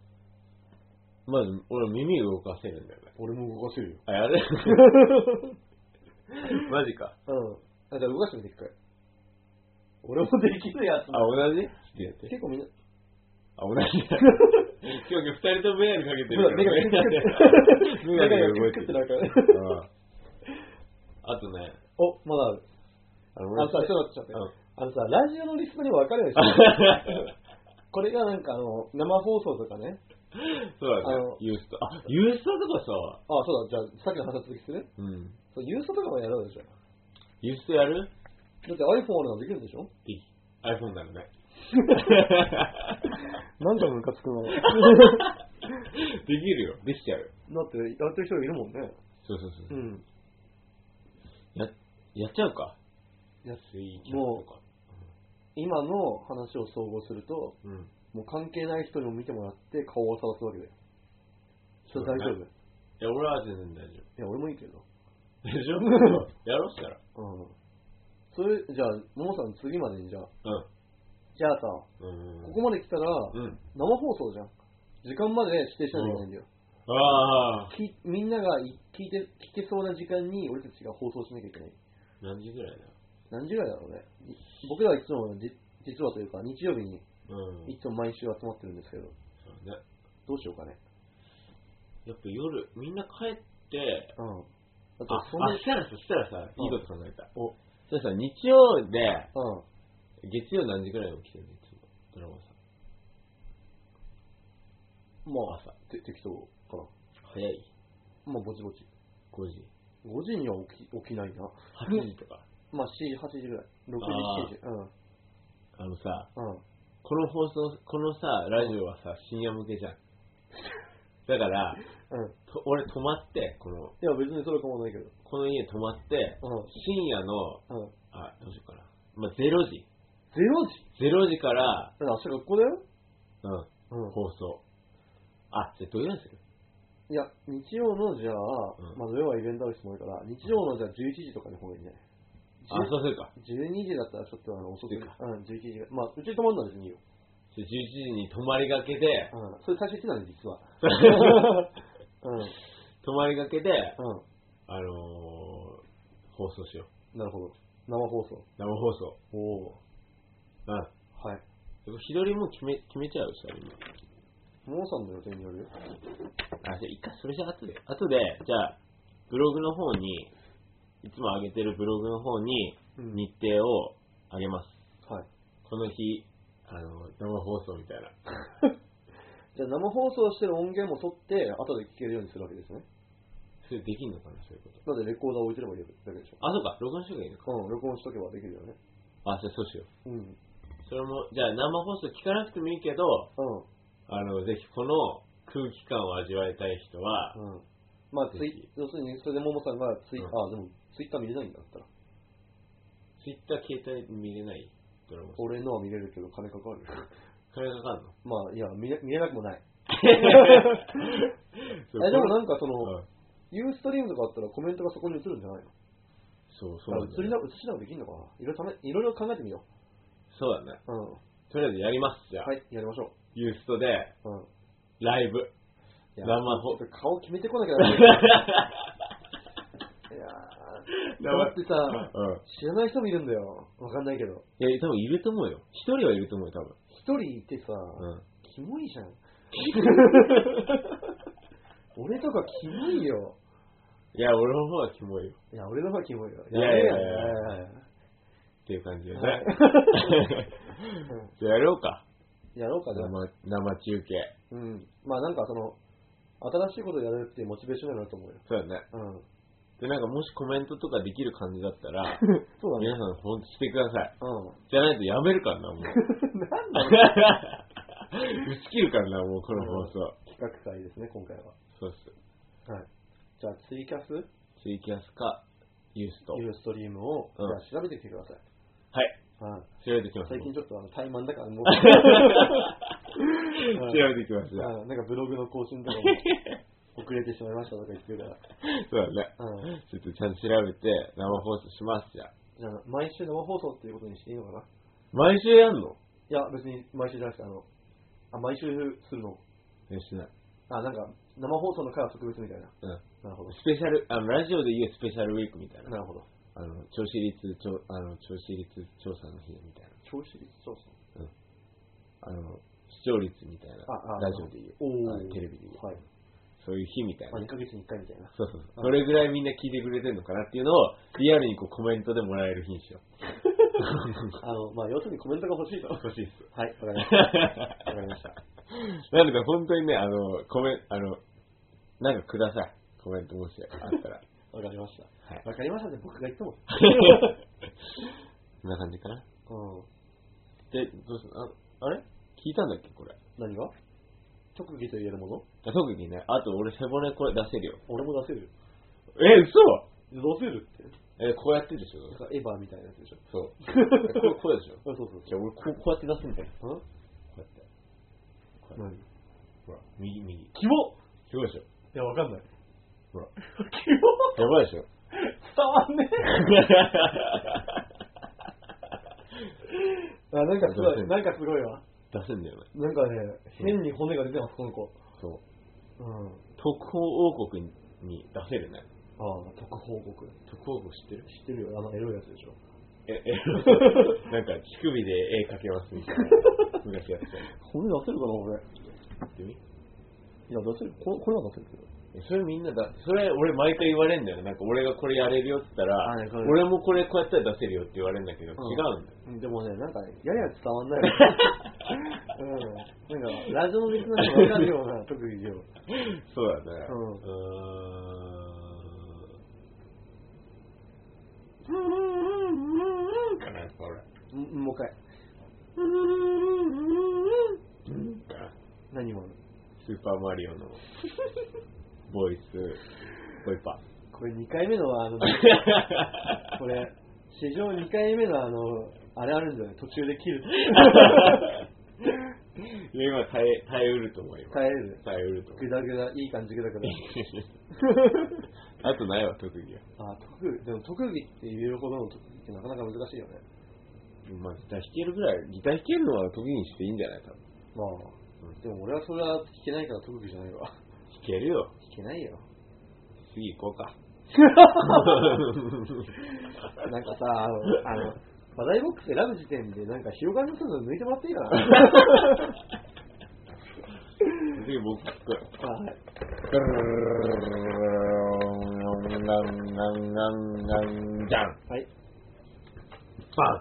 S1: まず俺耳動かせるんだよね。
S2: 俺も動かせるよ。
S1: あ、やる <laughs> マジか。
S2: <laughs> うん。あ、じゃあ動かしてみて一回。俺もできるやつ
S1: あ、同じちょっとやって。
S2: 結構みんな、
S1: あ、同じだ。今日二人とメガネかけて
S2: メ
S1: るから、
S2: ガネ
S1: メガネ
S2: メガネ
S1: が動いて
S2: 作っ
S1: る。
S2: てないからね。
S1: あとね、
S2: お、まだある。
S1: あの
S2: あのさ、ちょっと待って、ちょっと待って。あのさ、ラジオのリストにも分かるでしょ。 <laughs> これがなんかあの、生放送とかね。
S1: そうだ
S2: あ
S1: ね
S2: の。
S1: ユースト。あ、ユーストとか
S2: あそうだ、じゃあさっきの話続きする
S1: さ、うん。
S2: そう、郵送とかもやろうでしょ。
S1: ユーストやる
S2: だって iPhone あるのできるんでしょ
S1: でき iPhone だよ <laughs> ね。
S2: なんでムカつくの <laughs> だって
S1: できるよ。できちゃうよ。
S2: やってる人いるもんね。
S1: そうそうそうう。
S2: ん。
S1: や、やっちゃうか。
S2: や
S1: スイキャンとか。
S2: 今の話を総合すると、
S1: うん。
S2: もう関係ない人にも見てもらって顔を探すわけだよ。それ大丈夫い
S1: いや、俺は全然大丈
S2: や、俺もいいけど。
S1: 夫。でしょ <laughs> やろうしたら。
S2: うん。それ、じゃあ、ももさん次までにじゃあ、じゃあさ、
S1: うん。
S2: ここまで来たら、
S1: うん。
S2: 生放送じゃん。時間まで指定しないといけないんだよ。
S1: ああ。
S2: きみんながい聞いて、聞けそうな時間に俺たちが放送しなきゃいけない。
S1: 何時ぐらいだ
S2: 何時ぐらいだろうね。い僕らはいつもじ、実はというか、日曜日に
S1: うん。
S2: いつも毎週集まってるんですけど、
S1: そうね。
S2: どうしようかね。
S1: やっぱ夜、みんな帰って、
S2: うん。だ
S1: あ、
S2: って、そんな
S1: あ、したらさ、したらさ、
S2: うん
S1: いいこと考えた。
S2: お
S1: そしたらさ、日曜で、
S2: うん。
S1: 月曜何時ぐらいに起きてるのいつも。ドラマさ。
S2: まあ、て適当か
S1: 早い
S2: な。まあ、ぼちぼち。
S1: ?5 時。
S2: 5時には起き起きないな。
S1: 8時とか。
S2: まあ、4時、8時ぐらい。6時、7時。う
S1: あ
S2: ん。
S1: のさ、
S2: うん。
S1: この放送、このさ、ラジオはさ、深夜向けじゃん。だから、
S2: うん。
S1: と俺泊まって、この、
S2: いや、別にそれかもないけど。
S1: この家泊まって、
S2: う
S1: 深夜の、
S2: ん。うん。0
S1: あ、どうしようかな。まあ、0時。
S2: 時
S1: 0時から、
S2: だから明日学校だよ。
S1: う
S2: うん
S1: ん、放送。あ、じゃあ土曜にする
S2: いや、日曜のじゃあ、
S1: うん
S2: まあ土曜はイベントある人も多いから、日曜のじゃあ11時とかの方がいいんじゃない
S1: あ、そうするか。
S2: 12時だったらちょっとあの遅く
S1: そうか
S2: うん、11時ぐらい。まあ、うちに泊まるのは別にいいよ。
S1: じゃあ11時に泊まりがけで、
S2: <laughs> うん。それ最初言ってたの、実は。うん。
S1: 泊まりがけで、
S2: う
S1: あのー、放送しよ
S2: ん。なるほど。生放送。
S1: う。生放送。
S2: おお。
S1: うん。
S2: はい。
S1: でも日取りもう決め、決めちゃうした今。
S2: モーさんの予定による
S1: あ、じゃあ、一回、それじゃあ後で。後で、じゃあ、ブログの方に、いつも上げてるブログの方に、
S2: うん
S1: 日程を上げます。
S2: はい。
S1: この日、あの、生放送みたいな。
S2: じゃあ生放送してる音源も取って、後で聞けるようにするわけですね。
S1: それできんのかな、そういうこと。
S2: だってレコーダー置いてればいいわけでし
S1: あ、そうか、録音しとけばいいのか。
S2: ょ。うん、録音しとけばできるよね。
S1: あ、じゃあそうしよ
S2: うん。うん。
S1: う。それも、じゃあ生放送聞かなくてもいいけど、あの、ぜひこの空気感を味わいたい人は、
S2: うん。まあ、ツ
S1: ぜ
S2: イ要するに、それでももさんがツイ、
S1: うん
S2: あ、でも、ツイッター見れないんだったら。
S1: ツイッター携帯見れないドラマ。
S2: 俺のは見れるけど、金かかる。
S1: 金かか
S2: <laughs>
S1: んの
S2: まあ、いや、見れ見れなくもない。え、
S1: そう
S2: でもなんかそ
S1: これ
S2: の、
S1: うん
S2: ユーストリームとかあったらコメントがそこに映るんじゃないの
S1: そう、そうなん
S2: あ
S1: だ
S2: 映り
S1: よ。
S2: な、映しながらできるのかないろいろためいろいろ考えてみよ
S1: そうだね。
S2: う。うん。
S1: とりあえずやります、じゃあ。
S2: はい、やりましょ
S1: ユーストで、
S2: う。うん。
S1: ライブ。
S2: いや
S1: 生放
S2: ちょっと顔決めてこなきゃ
S1: <laughs>
S2: ダメだよいやーだってさ、
S1: <laughs> うん。
S2: 知らない人もいるんだよ。わかんないけど。
S1: いや、多分いると思うよ。一人はいると思うよ、多分。
S2: 一人いてさ、
S1: うん。
S2: キモいじ
S1: <laughs>
S2: ゃん。俺とかキモいよ。
S1: いや、俺の方がキモいよ。
S2: いや、俺の方がキモいよ。
S1: いやいやいやいや
S2: やべえよね
S1: っていう感じでね。
S2: はいうん
S1: <laughs> じゃあやろうか。
S2: やろうか、じゃあ
S1: 生、生中継。
S2: うん。まあなんかその、新しいことやるっていうモチベーションになると思うよ。
S1: そうだね。
S2: うん。
S1: で、なんかもしコメントとかできる感じだったら、
S2: <laughs> そうだ
S1: 皆
S2: ね。
S1: さんほんとしてください。
S2: う
S1: じゃないとやめるから
S2: <laughs>
S1: な、もう。
S2: ん。なんだ
S1: 打ち切るからな、もうこの放送。
S2: 企画会ですね、今回は。
S1: そうっす。
S2: はい。じゃあツイキャス
S1: ツイキャスか、ユースト。
S2: ユーストリームを、
S1: うん
S2: じゃあ調べてきてください。
S1: はい。
S2: はい
S1: 調べてきます。 <laughs>
S2: 最近
S1: 調
S2: ちょっとあの怠慢だから <laughs> もう、
S1: べてきます。じゃあ
S2: うんなんかブログの更新とかも遅れてしまいましたとか言ってるから。
S1: そうだね。
S2: うん
S1: ちょっとちゃんと調べて、生放送します、じゃあ。
S2: じゃあ、毎週生放送っていうことにしていいのかない
S1: 毎週やんの
S2: や、別に毎週じゃなくて、あの、あ、毎週するの。
S1: いや、しない。
S2: あ、なんか、生放送の回は特別みたいな。
S1: うん。
S2: なるほど。
S1: スペシャル、あの、ラジオで言うスペシャルウィークみたいな。
S2: なるほど。
S1: あの、調子率、調あの調子率調査の日みたいな。
S2: 調子率調査。
S1: あの、視聴率みたいな。
S2: ああ
S1: ラジオで言う。
S2: お
S1: あ
S2: ー
S1: のテレビで言う。
S2: はい。
S1: そういう日みたい
S2: ま
S1: な
S2: あ、2。ヶ月に1回みたいな。
S1: そうそうそう。どれぐらいみんな聞いてくれてるのかなっていうのを、リアルにこうコメントでもらえる日にしよう。
S2: あの、まあ、要するにコメントが欲しいと。
S1: 欲しいっす。
S2: はい、わかり <laughs> ました。わかりまし
S1: <laughs>
S2: た。
S1: なので本当にね、あの、コメンあの、なんかください。コメントもしあったら。
S2: <laughs>
S1: <laughs>
S2: わかりました。
S1: はい。
S2: わかりましたね、僕が言っても。
S1: こんな感じかな。
S2: うん。
S1: で、どうすああれ聞いたんだっけこれ。
S2: 何が特技と言えるもの
S1: あ特技ね。あと俺背骨これ出せるよ。
S2: 俺も出せる。
S1: え、嘘
S2: 出せるって。
S1: え、こうやってでし
S2: なん
S1: ょ
S2: かエヴァみたいなやつでしょ。
S1: そう。えこうこう <laughs> でしょ
S2: あそうそう
S1: じ
S2: そ
S1: ゃあ
S2: う。
S1: 俺こうこうやって出すんだよ。
S2: うん
S1: こうやって。こうやって
S2: 何
S1: ほら、右、右。
S2: キモ
S1: すごいでしょ
S2: いや、わかんない。
S1: ほら。
S2: <laughs> キモ
S1: やばい <laughs> でしょ
S2: 伝わんねえ。 <laughs> あ、なんかすごい、なんかすごいわ。
S1: 出せんだよね。
S2: なんかね、変に骨が出てます、この子。
S1: そう。
S2: うん。あ
S1: 特報王国に出せるね。
S2: あ、特報告。知
S1: 特報王国知ってる
S2: ってるよ、あのエロいやつでしょ。
S1: え、え、なんか乳首で絵描けますみたいな。昔やってたや
S2: 骨出せるかな、俺。
S1: <laughs> ってみ
S2: いや、出せる。ここれは出せるけど。
S1: それみんなだ、それ俺毎回言われるんだよね。なんか俺がこれやれるよって言ったら
S2: あねこれ、
S1: 俺もこれこうやったら出せるよって言われるんだけど、違
S2: ん
S1: うんだよ。
S2: でもね、なんかね、やや伝わんない <laughs> よ。うん。なんか、ラジオのリスナーにわかるような特技を。
S1: そうだね。
S2: うん
S1: うーん。かな、これ。
S2: んもう一回。
S1: うんかな
S2: 何今の
S1: スーパーマリオのボイス、ボイパ。
S2: これ2回目のあの、これ、史上2回目のあの、あれあるんだよね、途中で <laughs> 切る。
S1: いや、今耐え、耐えうると思います。
S2: 耐える。
S1: 耐えうると思い
S2: ぐだぐだ、いい感じぐだぐ
S1: <laughs>
S2: だ。
S1: ます。あとないわ、特技は。
S2: あ、特技、でも特技って言えるほどの特技ってなかなか難しいよね。
S1: まあ、ギター弾けるぐらい、ギター弾けるのは特技にしていいんじゃない多分。
S2: まあ、でも俺はそれは聞けないから特技じゃないわ。
S1: 弾けるよ。
S2: 聞けないよ。 <laughs>
S1: 次行こうか。
S2: なんかさ、あの、あの、話題ボックス選ぶ時点で、なんか広がりのするの抜いてもらっていい <laughs> かな。
S1: 次僕聞く。
S2: はい
S1: じゃん。
S2: はい。
S1: バン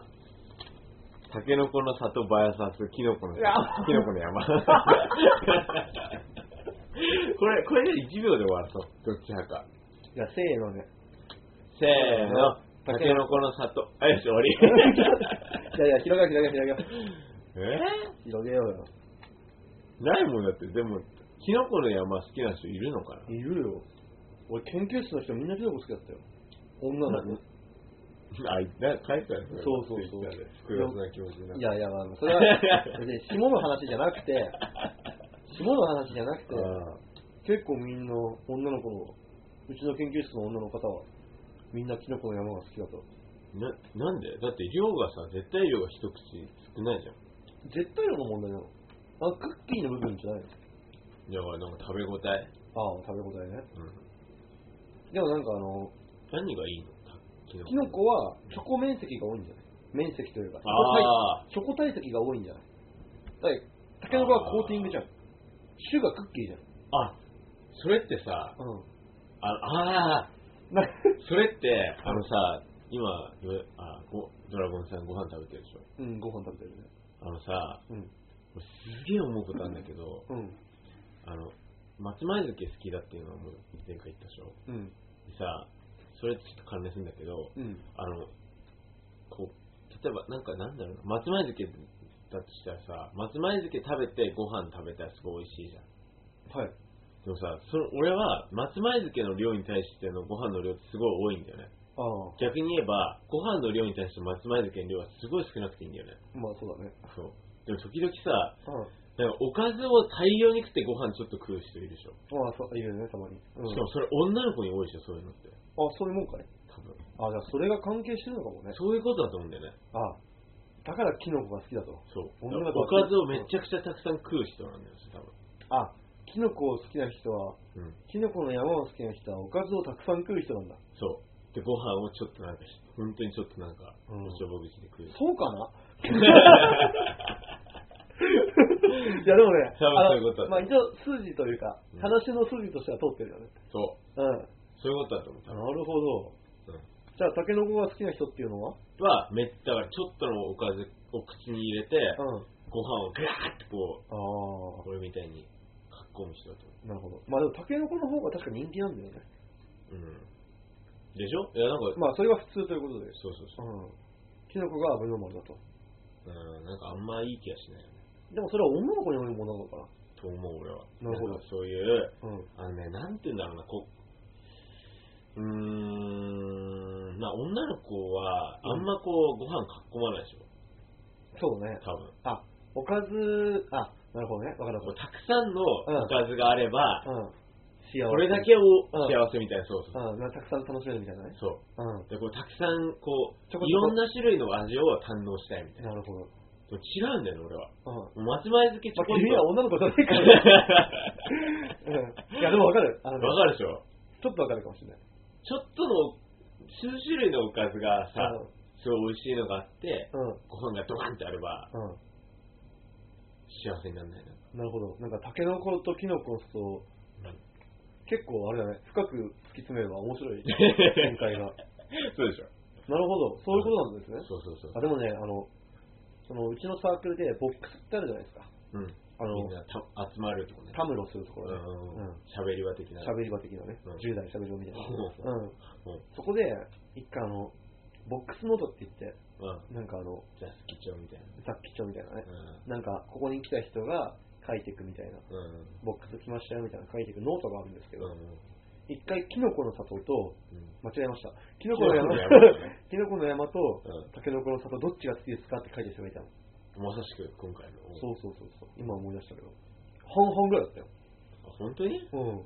S1: タケノコの里バヤサス、キノコの
S2: うわ
S1: キノコの山。これ、これで1秒で終わると、どっち派か。
S2: じゃあ、せーのね。
S1: せーの、タケノコの里。あ、よし、終わり。 <laughs>
S2: いやいや、広がる広がる広がる
S1: え
S2: 広げようよ。
S1: ないもんだって、でも、キノコの山好きな人いるの
S2: <laughs>
S1: かない
S2: るよ。俺、研究室の人みんなキノコ好きだったよ。女の子。
S1: あ、なんか書いてあるね
S2: そうそうそう
S1: Twitter で複雑な気持ちになる
S2: いやいや、まあ、それは、別に下の話じゃなくて、下の話じゃなくて、
S1: あ
S2: 結構みんな女の子の、うちの研究室の女の方は、みんなキノコの山が好きだと。
S1: ーななんでだって量がさ、絶対量が一口少ないじゃん。
S2: 絶対の問題なの。あ、クッキーの部分じゃないの
S1: だからなんか食べ応え。
S2: ああ、食べ応えね。
S1: うん
S2: でもなんかあの、
S1: 何がいいのキノ
S2: キノコはチョコ面積が多いんじゃない面積というか、
S1: ああ
S2: チョコ体積が多いんじゃないだって、タケノコはコーティングじゃん。種がクッキーじゃん。
S1: あそれってさ
S2: <laughs> うん。
S1: ああ
S2: な
S1: ーそれってあのさ今よあごドラゴンさんご飯食べてるでしょ
S2: うん、ご飯食べてるね。
S1: あのさ
S2: うん。
S1: 俺すげえ思うことあるんだけど
S2: うん。
S1: あの松前漬け好きだっていうのはもう前回言ったでしょ
S2: うん。
S1: でさそれちょっと関連するんだけど
S2: うん。
S1: あのこう例えばなんかなんだろうな松前漬けだとしたらさ松前漬け食べてご飯食べたらすごい美味しいじゃん
S2: はい。
S1: でもさ、その俺は松前漬けの量に対してのご飯の量ってすごい多いんだよね。
S2: ああ、
S1: 逆に言えば、ご飯の量に対して松前漬けの量はすごい少なくていいんだよね。
S2: まあそうだね。
S1: そう。でも時々さ、
S2: う
S1: なん
S2: ん。
S1: かおかずを大量に食ってご飯ちょっと食う人いるでしょ。
S2: まあそう、いるね、たまに。うん。
S1: しかもそれ女の子に多いでしょ、そういうのって。
S2: あ、そういうもんかい。
S1: 多分。
S2: あ、じゃあそれが関係してるのかもね。
S1: そういうことだと思うんだよね。
S2: ああ。だからキノコが好きだと。
S1: そう。
S2: 女の子
S1: おか
S2: は
S1: ずをめちゃくちゃたくさん食う人なんだよ、多
S2: あ、キノコを好きな人は、
S1: 分。うん。
S2: キノコの山を好きな人はおかずをたくさん食う人なんだ。
S1: そう。で、ご飯をちょっとなんか、本当にちょっとなんか、
S2: うん
S1: おちょぼ口で食う <laughs> 人。
S2: そうかな <laughs> いやで <laughs> もね、
S1: 多分そういうことだ
S2: あのまあ、一応筋というか、
S1: うん
S2: 話の筋としては通ってるよね。
S1: そう。
S2: うん。
S1: そういうことだと思う、多分。
S2: なるほど。
S1: うん
S2: じゃあ、タケノコが好きな人っていうのは
S1: はめっだからちょっとのおかずを口に入れて、
S2: うん。
S1: ご飯をガーってこ
S2: あ
S1: う
S2: あ
S1: これみたいにかっこむ人だと思
S2: なるほど。まあでも、タケノコの方が確か人気なんだよね。
S1: う、うん、でしょいやなんか、
S2: まあ、それは普通ということで。
S1: そうそうそう
S2: うん。キノコがアブノーマルだと。
S1: うん、なんかあんまいい気がしないよね。
S2: でもそれは女の子によるものなのか
S1: と思う、俺は。
S2: なるほど
S1: んかそういう、
S2: な。うん。
S1: あのね、なんて言うんだろうな、こう、うーん、まあ女の子は、あんまこう、ご飯かっこまないでしょ、
S2: そうね。
S1: 多分。
S2: あ、おかず、あ、なるほどね。わかる
S1: こ
S2: わ
S1: う
S2: か
S1: たくさんのおかずがあれば、
S2: る。うん。幸せ。
S1: これだけを
S2: うん
S1: 幸せみたいな、そうそう。
S2: うん、なんかたくさん楽しめるみたいなね。
S1: そうう。で、こう、たくさん、こ
S2: ちょこ
S1: う、
S2: ちょこ
S1: いろんな種類の味を堪能したいみたい
S2: ん。
S1: な。
S2: なるほど。うん。
S1: でも違うんだよね、俺は。
S2: ま
S1: もう松前漬けちょ
S2: あ、
S1: こっ
S2: 君は
S1: と。
S2: 女の子じゃないからね。うん。いや、でもわかる。
S1: <laughs>
S2: あの
S1: わかるでしょ
S2: ちょっとわかるかもしれない。
S1: ちょっとの、数種類のおかずがさ、すごい美味しいのがあって、
S2: うん。
S1: ご飯がドカンってあれば、
S2: うん。
S1: 幸せにならないな。
S2: なるほど。なんか、タケノコとキノコと、
S1: うん
S2: 結構あれだね、深く突き詰めれば面白い展
S1: <laughs>
S2: 開が。
S1: そうでしょ
S2: なるほど、そういうことなんですね。
S1: そうそうそう
S2: あ。でもね、あの、そのうちのサークルでボックスってあるじゃないですか。
S1: うん。
S2: あ
S1: みん
S2: の、
S1: なた集まるとこね。
S2: たむろするとこ
S1: う
S2: ろね。
S1: んうんう
S2: うん
S1: ん。喋り場的な。
S2: 喋り場的なね、
S1: うん
S2: 10代喋り場みたいな。
S1: う
S2: う
S1: う
S2: ん
S1: ん
S2: そこで、一回あの、ボックスノートって言って、
S1: うん。
S2: なんかあの、
S1: じゃあ、好きちゃうみたいな。
S2: 雑記帳みたいなね。
S1: う
S2: なんか、ここに来た人が書いていくみたい
S1: ん。う
S2: な、
S1: ん。
S2: ボックス来ましたよみたいな書いていくノートがあるんですけ
S1: う
S2: ど、
S1: ん。
S2: 一回キノコの里と、
S1: うん。
S2: 間違えました。キノコの山、キノコの山と、 <laughs>
S1: う
S2: タケノコの里、どっちが好きですかって書いてる人がいたの。
S1: ん。まさしく今回の。
S2: そうそうそうそう。今思い出したけど。半々ぐらいだったよ。
S1: あ本当にい
S2: うん。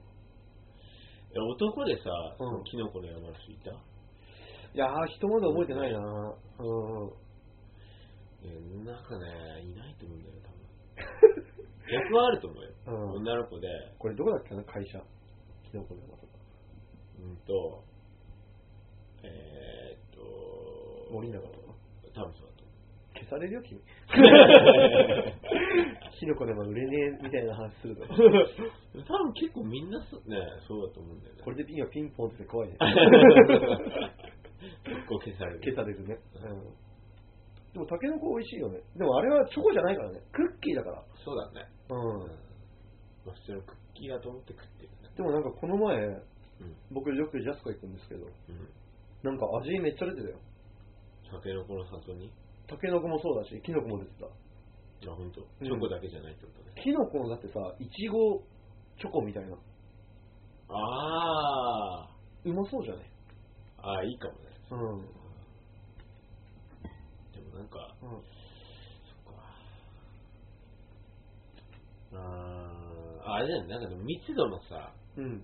S1: や男でさ、
S2: うん
S1: キノコの山の人いた
S2: いやー、人まで覚えてないなうん。
S1: いやなんかね、いないと思うんだよ、多
S2: <laughs>
S1: 分。逆はあると思うよ。
S2: うん。
S1: 女の子で、
S2: これどこだっけな、会社。キノコの山とか。
S1: うんと、えーっと、
S2: 森永とか。
S1: 多分そうだと思う。
S2: 消されるよ、 <laughs> 君。キノコの山売れねえみたいな話するの。
S1: 多
S2: <laughs>
S1: 分結構みんなそうね、そうだと思うんだよね。<laughs>
S2: これでピンはピンポンって怖い <laughs> ね。
S1: 結構消される。
S2: 消されるね。うん。でも、タケノコ美味しいよね。でもあれはチョコじゃないからね。クッキーだから。
S1: そうだね。う
S2: うん
S1: ん。。まあ、普通のクッキーだと思って食ってるね。
S2: でもなんかこの前、僕よくジャスコ行くんですけど、
S1: うん。
S2: なんか味めっちゃ出てたよ。
S1: タケノコの里に
S2: タケノコもそうだし、キノコも出てた。
S1: じゃあ、ほんと、チョコだけじゃないってことね。
S2: キノコのだってさ、イチゴチョコみたいな。
S1: あ
S2: うまそうじゃね
S1: あ、ああ、いいかもね。
S2: うん。うん。
S1: でもなんか、そっか。うーん、あれだよね、なんかでも密度のさ、
S2: うん。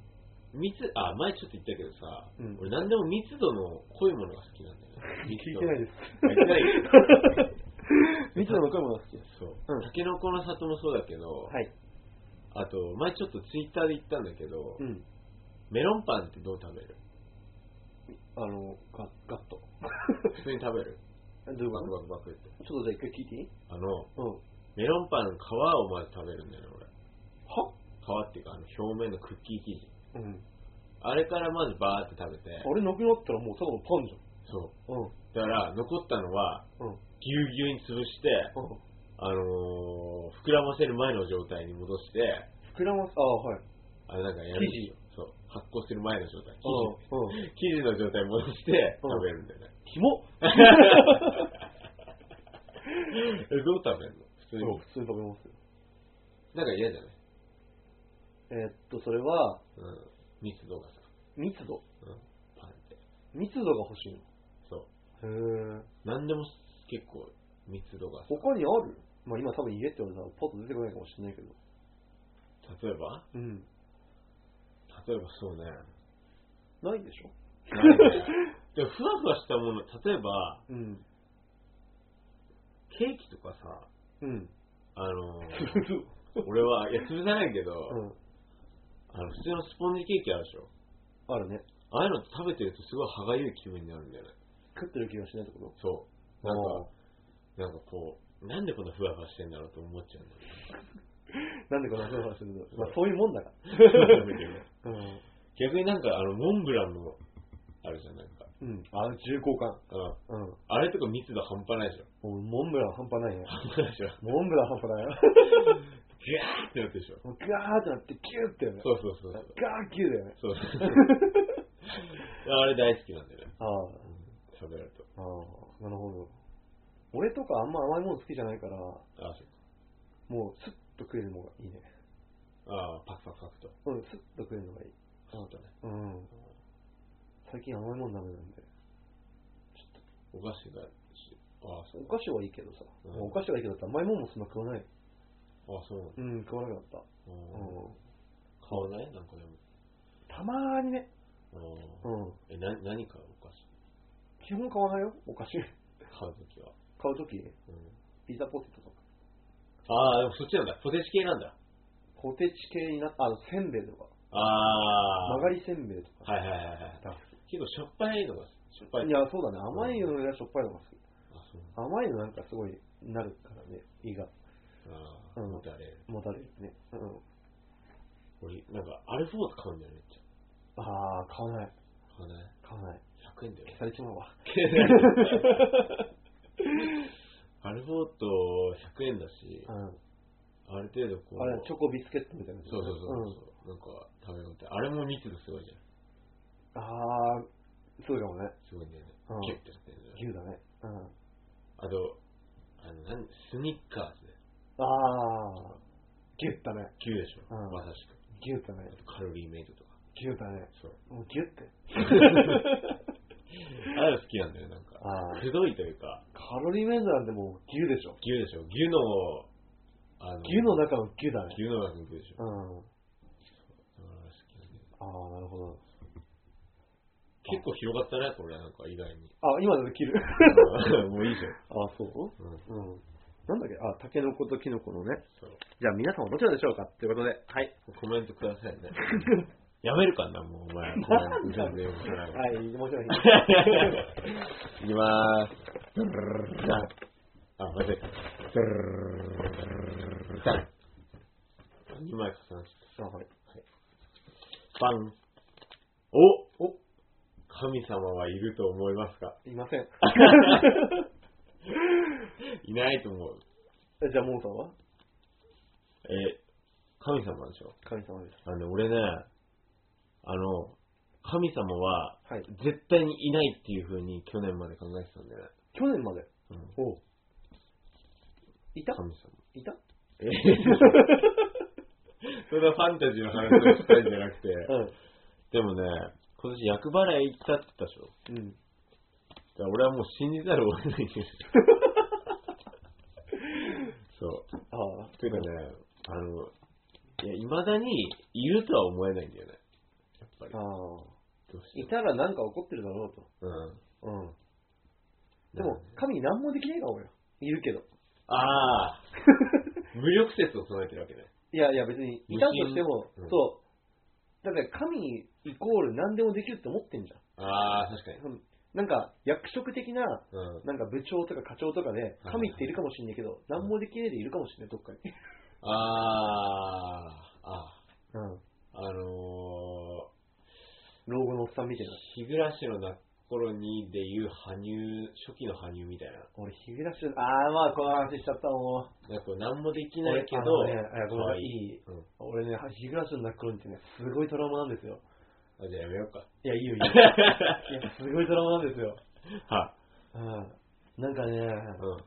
S1: 密、あ、前ちょっと言ったけどさ、
S2: うん
S1: 俺なんでも密度の濃いものが好きなんだよね。
S2: 聞いてないです。
S1: 密度。ない。
S2: <laughs> 蜜の若いものが好きです。
S1: そう
S2: うん。
S1: タケノコの里もそうだけど、
S2: はい。
S1: あと、前ちょっとツイッターで言ったんだけど、
S2: うん。
S1: メロンパンってどう食べる
S2: あの、ガガッと。
S1: 普通に食べる
S2: <laughs> どういう
S1: バ
S2: こ
S1: クバクバクって。
S2: とちょっとじゃあ一回聞いていい
S1: あの、
S2: うん。は
S1: メロンパンの皮をまず食べるんだよね、俺。皮っていうか、あの表面のクッキー生地。
S2: うん。
S1: あれからまずバーって食べて、
S2: あれなくなったらもうただのパンじ
S1: そう。
S2: ゃん。うん。
S1: だから、残ったのは、
S2: うん。
S1: ぎゅうぎゅうに潰して、
S2: うん。
S1: あのー、膨らませる前の状態に戻して、
S2: 膨らます。ああ、はい。
S1: あれなんかやる
S2: 生地
S1: そう。発酵する前の状態。
S2: うん。うん。
S1: 生地。生地の状態に戻して
S2: うん
S1: 食べるんだよね。
S2: キモ
S1: え、どう食べるの普通に。
S2: 普通に食べますよ。
S1: なんか嫌じゃない
S2: えーっと、それは、
S1: うん。密度がさ、
S2: 密度。
S1: うん。パンって。
S2: 密度が欲しい
S1: そう。
S2: の。へえ。
S1: なんでも結構密度がさ、
S2: 他にあるまあ今多分家って言われたらパッと出てこないかもしれないけど。
S1: 例えば
S2: うん。
S1: 例えばそう
S2: <laughs>
S1: ね。
S2: ないでしょ
S1: なんかねでもふわふわしたもの、例えば、
S2: うん。
S1: ケーキとかさ、
S2: <laughs> うん。
S1: あの
S2: <laughs>
S1: ー、俺は、いや、潰さないけど、
S2: うん。
S1: あの、普通のスポンジケーキあるでしょ。
S2: あるね。
S1: ああいうの食べてるとすごい歯がゆい気分になるんだよね。
S2: 食ってる気がしないってこ
S1: そう。
S2: と
S1: なんか、なん
S2: あ
S1: かこう、なんでこんなふわふわしてんだろうと思っちゃうんだよね。
S2: ーなんでこんな話するのまあそういうもんだか
S1: う
S2: <laughs> ら。 <laughs> うん。
S1: 逆になんか、あの、モンブランの、あるじゃん、なんか。
S2: うん。あ、重厚感。
S1: うん。
S2: うん。
S1: あれとか密度半端ないでしょ。
S2: もうモンブラン半端ない <laughs> ね。
S1: 半端ないでしょ。
S2: モンブラン半端ない <laughs> よ。
S1: ギャーってなってるでしょ。
S2: もうガーってなってキューってよね。
S1: そうそうそうそう。
S2: ガーキューだよね。
S1: そうそうそう。あれ大好きなんだよね。
S2: <laughs> ああ。
S1: 食べると。
S2: ああ、なるほど。俺とかあんま甘いもの好きじゃないから、
S1: あそう
S2: もうスッと食えるのがいいね。
S1: あパクパクパクと。
S2: うん、スッと食えるのがいい。
S1: そうだね。
S2: うん。最近甘いものダメなんで。
S1: お菓子が、しあそ
S2: お
S1: う。
S2: 菓子はいいけどさ、
S1: うん
S2: お菓子はいいけどさ甘いものもそんな食わない。
S1: あそうなんだ
S2: うん、食わなくなった。
S1: うん。買わ
S2: うん。
S1: ないなんかでも。
S2: たまーにね、
S1: うん
S2: うん。
S1: え、な、何買うお菓子
S2: 基本買わないよ、お菓子。
S1: 買うときは。
S2: 買うとき、
S1: うん。
S2: ピザポテトとか。
S1: ああ、でもそっちなんだ。ポテチ系なんだ。
S2: ポテチ系にな、あ、せんべいとか。
S1: ああ。
S2: 曲がりせんべいとか。
S1: はいはいはいはい。
S2: 大好
S1: 結構しょっぱいのが、しょっぱい。
S2: きいや、そうだね。甘いのよりはしょっぱいのが好き。
S1: あ、そう。
S2: 甘いのなんかすごいなるからね、胃が
S1: ああ、
S2: うん
S1: もたれる。
S2: もたれるね。うん。
S1: 俺、なんか、アルフォート買うんだよね、めっち
S2: ああ、買わない。
S1: ゃ。買わない
S2: 買わない。
S1: ?100 円だよ
S2: <laughs> 消。されちまうわ。
S1: アルフォート100円だし、
S2: う
S1: ある程度こ
S2: ん。
S1: う。
S2: あれ、チョコビスケットみたいなやつ。
S1: そうそうそう
S2: うん。
S1: そう、なんか食べようって。あれも密度すごいじゃん。
S2: ああ、そうかもね。
S1: すごいんだよね
S2: うん。
S1: キュッてなってるじゃん。
S2: 牛だね。うん。
S1: あと、あの、なんスニッカーズね。
S2: ああ、牛だね。
S1: 牛でしょ。
S2: うん
S1: まさしく。
S2: 牛だね
S1: あ。とカロリーメイトとか。
S2: 牛だね。
S1: そう。
S2: もうギュ <laughs> って。
S1: あれ好きなんだよ、なんか。
S2: あー
S1: くどいというか、
S2: カロリーメイトなんてもう牛でしょ。
S1: 牛でしょ。牛の、あの、
S2: 牛の中の牛だね。
S1: 牛の中の牛でしょ。
S2: うん。
S1: だから好きなんだよね
S2: ああ、なるほど。
S1: 結構広がったね、これ、なんか意外
S2: <laughs>
S1: に。
S2: あ、今ので切る。
S1: もういいじゃん。
S2: ああ、そう
S1: うん。
S2: うん。なんだっけあ、タケノコとキノコのね。
S1: そう。
S2: じゃあ皆さんはどちらでしょうかということで。はい。
S1: コメントくださいね。やめるかな、もうお
S2: <laughs>
S1: 前。コメント全然面白い <laughs>
S2: <laughs> はい、面 <laughs> 白い。
S1: いきまーす。あ、まずい。2枚重なっちゃ
S2: あはい。
S1: った。バン。おお神様はいると思いますか
S2: い <laughs> ません。
S1: いないと思う。
S2: えじゃあ、モーさんは
S1: え、神様でしょ
S2: 神様です。
S1: あのね、俺ね、あの、神様は
S2: はい。
S1: 絶対にいないっていう風に去年まで考えてたんだよね。
S2: 去年まで。
S1: うん、
S2: おういた
S1: 神様。
S2: い <laughs> た
S1: え <laughs> それはファンタジーの話をしたいんじゃな <laughs> くて、でもね、今年役払い行ったって言ったでしょ。だ
S2: うん。うん。
S1: から俺はもう信じざるを得ないんで
S2: <laughs>
S1: すよ。そう。
S2: ああ。
S1: というかね、あの、いや、未だにいるとは思えないんだよね。やっぱり。
S2: ああ。
S1: どうして
S2: いたらなんか怒ってるだろうと。
S1: うん。
S2: うん。でも、神に何もできないかもよ。いるけど。
S1: ああ
S2: <laughs>
S1: 無力説を唱えてるわけね。
S2: いやいや、別に、いたとしても
S1: 無心う、ん
S2: そう。だって神イコール何でもできるって思ってんじゃん。
S1: ああ、確かに。
S2: そのなんか、役職的な、
S1: うん。
S2: なんか部長とか課長とかで、
S1: はい
S2: 神っているかもしんないけど、何もできねえでいるかもしんない、どっかに。
S1: ああ、あ
S2: うん。
S1: あ、あのー、
S2: 老後のおっさんみたいな。
S1: 日暮らしのな頃にでいう羽生、初期の羽生みたいな。
S2: 俺、日暮らし、あー、まあ、この話しちゃったもん。
S1: なんかこう何もできないけど、
S2: 俺あのねあごめん
S1: 可愛
S2: いい
S1: うん。
S2: 俺ね、日暮らしの泣く頃にってね、すごいトラウマなんですよ。
S1: あ、じゃあやめようか。
S2: いや、いい <laughs> よ、いいよ。いや、すごいドラマなんですよ。
S1: <laughs> は
S2: 呃うん。なんかね、
S1: い。うん。